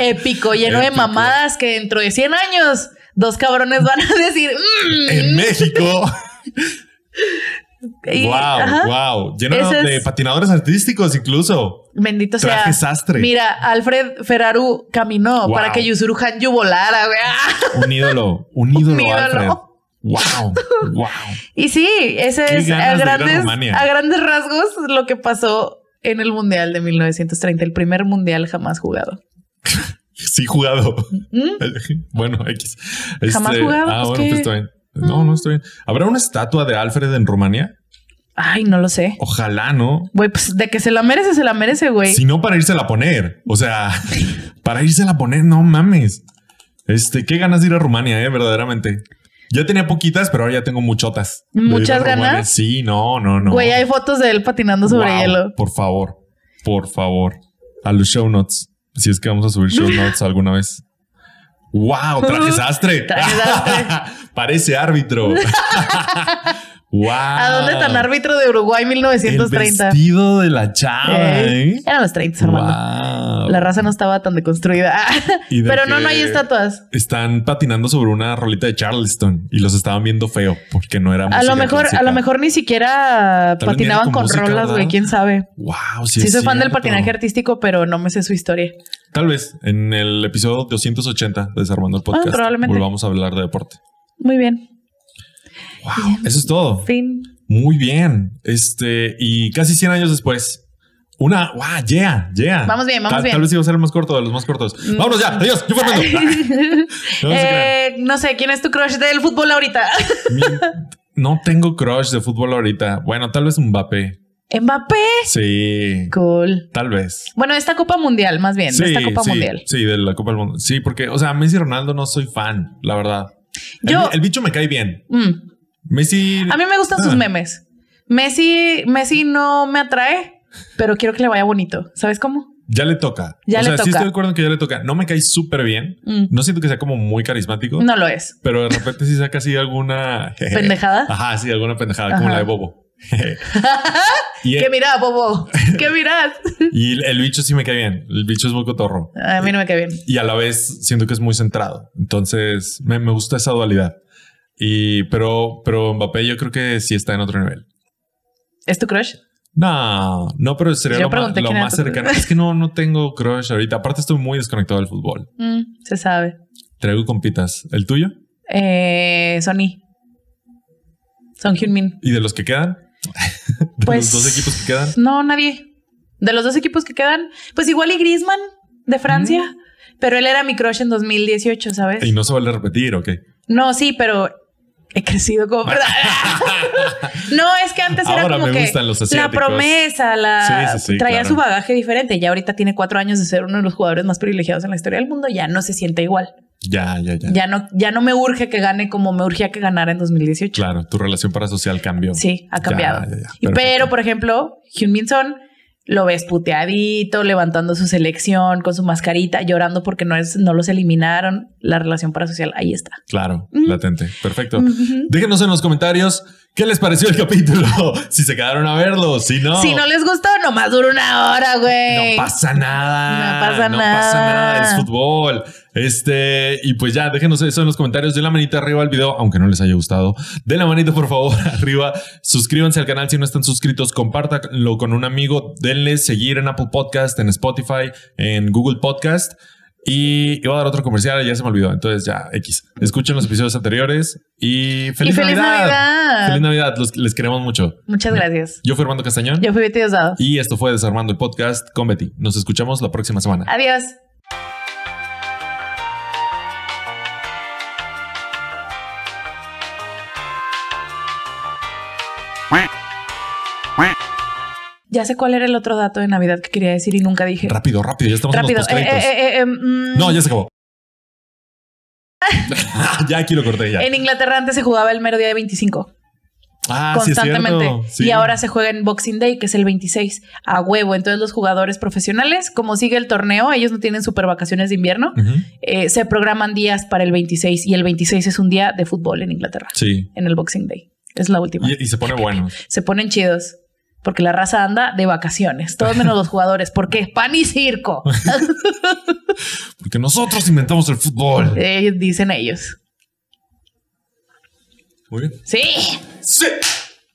S1: Épico, lleno de
S2: Épico.
S1: mamadas que dentro de 100 años dos cabrones van a decir. "Mm".
S2: En México.
S1: Y-
S2: wow,
S1: ajá.
S2: wow. Lleno
S1: Ese
S2: de
S1: es-
S2: patinadores artísticos incluso.
S1: Bendito sea.
S2: Traje sastre.
S1: Mira, Alfred Ferraru caminó
S2: Wow.
S1: para que Yusuru Hanyu volara, güey. ¡Ah!
S2: Un ídolo, un ídolo,
S1: ídolo.
S2: Alfred. Wow, wow.
S1: Y sí, ese
S2: Qué
S1: es
S2: ganas
S1: a
S2: de ir a
S1: grandes,
S2: Rumania.
S1: a grandes rasgos lo que pasó en el Mundial de 1930, el primer Mundial jamás jugado.
S2: Sí, jugado.
S1: ¿Mm?
S2: bueno, X.
S1: Jamás jugado,
S2: Ah,
S1: pues,
S2: bueno,
S1: ¿qué?
S2: pues está bien. No, no estoy bien. ¿Habrá una estatua de Alfred en Rumania?
S1: Ay, no lo sé.
S2: Ojalá, ¿no?
S1: Güey, pues de que se la merece, se la merece, güey.
S2: Si no, para írsela a poner. O sea, para írsela a poner, no mames. Este, qué ganas de ir a Rumania, eh, verdaderamente. Ya tenía poquitas, pero ahora ya tengo muchotas. de ir a
S1: ¿Muchas
S2: Rumania.
S1: ganas?
S2: Sí, no, no, no.
S1: Güey, hay fotos de él patinando sobre
S2: Wow,
S1: hielo.
S2: Por favor, por favor. A los show notes. Si es que vamos a subir show notes alguna vez. ¡Wow! Traje sastre.
S1: Traje sastre.
S2: Parece árbitro. ¡Wow!
S1: ¿A dónde está el árbitro de Uruguay
S2: Ah. El
S1: 1930?
S2: vestido de la chava,
S1: Ey,
S2: ¿eh?
S1: Eran los 30, Armando.
S2: Wow.
S1: La raza no estaba tan deconstruida. Ah,
S2: Y de
S1: Pero no,
S2: que
S1: no hay estatuas.
S2: Están patinando sobre una rolita de Charleston y los estaban viendo feo porque no era
S1: A lo
S2: música
S1: mejor, a
S2: clásica.
S1: lo mejor ni siquiera
S2: Tal vez ni era
S1: patinaban
S2: con
S1: con
S2: música,
S1: rolas, güey.
S2: ¿verdad?
S1: ¿Quién sabe?
S2: Wow, sí,
S1: Sí,
S2: es
S1: soy fan del
S2: cierto.
S1: patinaje artístico, pero no me sé su historia.
S2: Tal vez en el episodio 280 de Desarmando el Podcast
S1: Ah, probablemente.
S2: volvamos a hablar de deporte.
S1: Muy bien.
S2: Wow, eso es todo.
S1: Fin.
S2: Muy bien. Este, y casi 100 años después. Una, wow, yeah, yeah.
S1: Vamos bien, vamos
S2: Ah, tal,
S1: bien. Mm.
S2: Tal vez iba a ser el más corto de los más cortos. Vámonos ya, adiós, yo Fernando. Ah, No, no se
S1: Eh,
S2: crean.
S1: no sé, ¿quién es tu crush del fútbol ahorita?
S2: Mi- no tengo crush de fútbol ahorita. Bueno, tal vez Mbappé.
S1: Mbappé.
S2: Sí,
S1: Cool.
S2: tal vez.
S1: Bueno, esta Copa Mundial, más bien. esta Copa
S2: sí,
S1: Mundial.
S2: Sí, de la Copa del Mundo. Sí, porque, o sea, Messi y Ronaldo no soy fan, la verdad. El-
S1: Yo-
S2: el, bicho me cae bien.
S1: Mm.
S2: Messi.
S1: A mí me gustan sus
S2: Ah.
S1: memes. Messi, Messi no me atrae, pero quiero que le vaya bonito. ¿Sabes cómo?
S2: Ya le toca.
S1: Ya
S2: o
S1: le
S2: sea, sí
S1: toca.
S2: estoy de acuerdo en que ya le toca. No me cae súper bien.
S1: Mm.
S2: No siento que sea como muy carismático.
S1: No lo es.
S2: Pero de repente sí saca así alguna...
S1: ¿Pendejada?
S2: Ajá, sí, alguna pendejada, como
S1: Ajá.
S2: la de Bobo. y,
S1: ¿Qué
S2: el,
S1: mirás, Bobo? ¿Qué mirás?
S2: y el- el bicho sí me cae bien. El bicho es muy cotorro.
S1: A mí no me cae bien.
S2: Y a la vez siento que es muy centrado. Entonces, me, me gusta esa dualidad. Y, pero, pero Mbappé yo creo que sí está en otro nivel.
S1: ¿Es tu crush?
S2: No, no, pero sería
S1: Yo
S2: lo más,
S1: pregunté
S2: lo
S1: quién era
S2: más
S1: tu-
S2: cercano. Es que no, no tengo crush ahorita. Aparte estoy muy desconectado del fútbol.
S1: Mm, se sabe.
S2: Traigo compitas. ¿El tuyo?
S1: Eh, Sony. Son Hyunmin.
S2: ¿Y de los que quedan? ¿De
S1: Pues-
S2: los dos equipos que quedan?
S1: No, nadie. De los dos equipos que quedan, pues igual y Griezmann
S2: Mm.
S1: de Francia, pero él era mi crush en 2018, ¿sabes?
S2: ¿Y no se vale repetir o qué?
S1: No, sí, pero he crecido como no, es que antes era
S2: Ahora
S1: como
S2: me
S1: que
S2: gustan los
S1: la
S2: asiáticos.
S1: promesa, la
S2: Sí, sí, sí,
S1: traía
S2: claro.
S1: su bagaje diferente. Ya ahorita tiene cuatro años de ser uno de los jugadores más privilegiados en la historia del mundo. Ya no se siente igual.
S2: Ya, ya, ya.
S1: Ya no, ya no me urge que gane como me urgía que ganara en 2018.
S2: Claro, tu relación parasocial cambió.
S1: Sí, ha
S2: Ya,
S1: cambiado.
S2: ya, ya.
S1: Y pero,
S2: Perfecto.
S1: por ejemplo, Hyun Son lo ves puteadito, levantando su selección con su mascarita, llorando porque no, es, no los eliminaron. La relación parasocial, ahí está.
S2: Claro,
S1: Mm.
S2: latente. Perfecto.
S1: Ujú.
S2: Déjenos en los comentarios qué les pareció el capítulo. si se quedaron a verlo, si no.
S1: Si no les gustó, nomás dura una hora, güey.
S2: No pasa nada.
S1: No pasa
S2: pasa nada.
S1: nada.
S2: Es fútbol. Este, y pues ya, déjenos eso en los comentarios. Den la manita arriba al video, aunque no les haya gustado. Den la manita, por favor, arriba. Suscríbanse al canal si no están suscritos. Compártanlo con un amigo. Denle seguir en Apple Podcast, en Spotify, en Google Podcast. Y iba a dar otro comercial, ya se me olvidó. Entonces ya, X. Escuchen los episodios anteriores y feliz,
S1: y feliz Navidad.
S2: Feliz Navidad. Los- les queremos mucho.
S1: Muchas gracias.
S2: Yo fui Armando Castañón.
S1: Yo fui Betty Diosdado.
S2: Y esto fue Desarmando el Podcast con Betty. Nos escuchamos la próxima semana.
S1: Adiós. Ya sé cuál era el otro dato de Navidad que quería decir y nunca dije.
S2: Rápido, rápido, ya estamos
S1: Rápido.
S2: en los
S1: Eh,
S2: postcréditos.
S1: eh, eh, eh, mm,
S2: No, ya se acabó. ya aquí lo corté ya.
S1: En Inglaterra antes se jugaba el mero día de 25
S2: Ah, sí, es
S1: constantemente
S2: cierto. Sí.
S1: y ahora se juega en Boxing Day que es el 26 a huevo. Entonces los jugadores profesionales, como sigue el torneo, ellos no tienen super vacaciones de invierno,
S2: Ujú.
S1: eh, se programan días para el 26 y el 26 es un día de fútbol en Inglaterra,
S2: Sí.
S1: en el Boxing Day. Es la última.
S2: Y, y se pone bueno.
S1: Se ponen chidos porque la raza anda de vacaciones, todos menos los jugadores, porque es pan y circo,
S2: Porque nosotros inventamos el fútbol.
S1: eh, dicen ellos.
S2: Muy bien.
S1: Sí.
S2: Sí.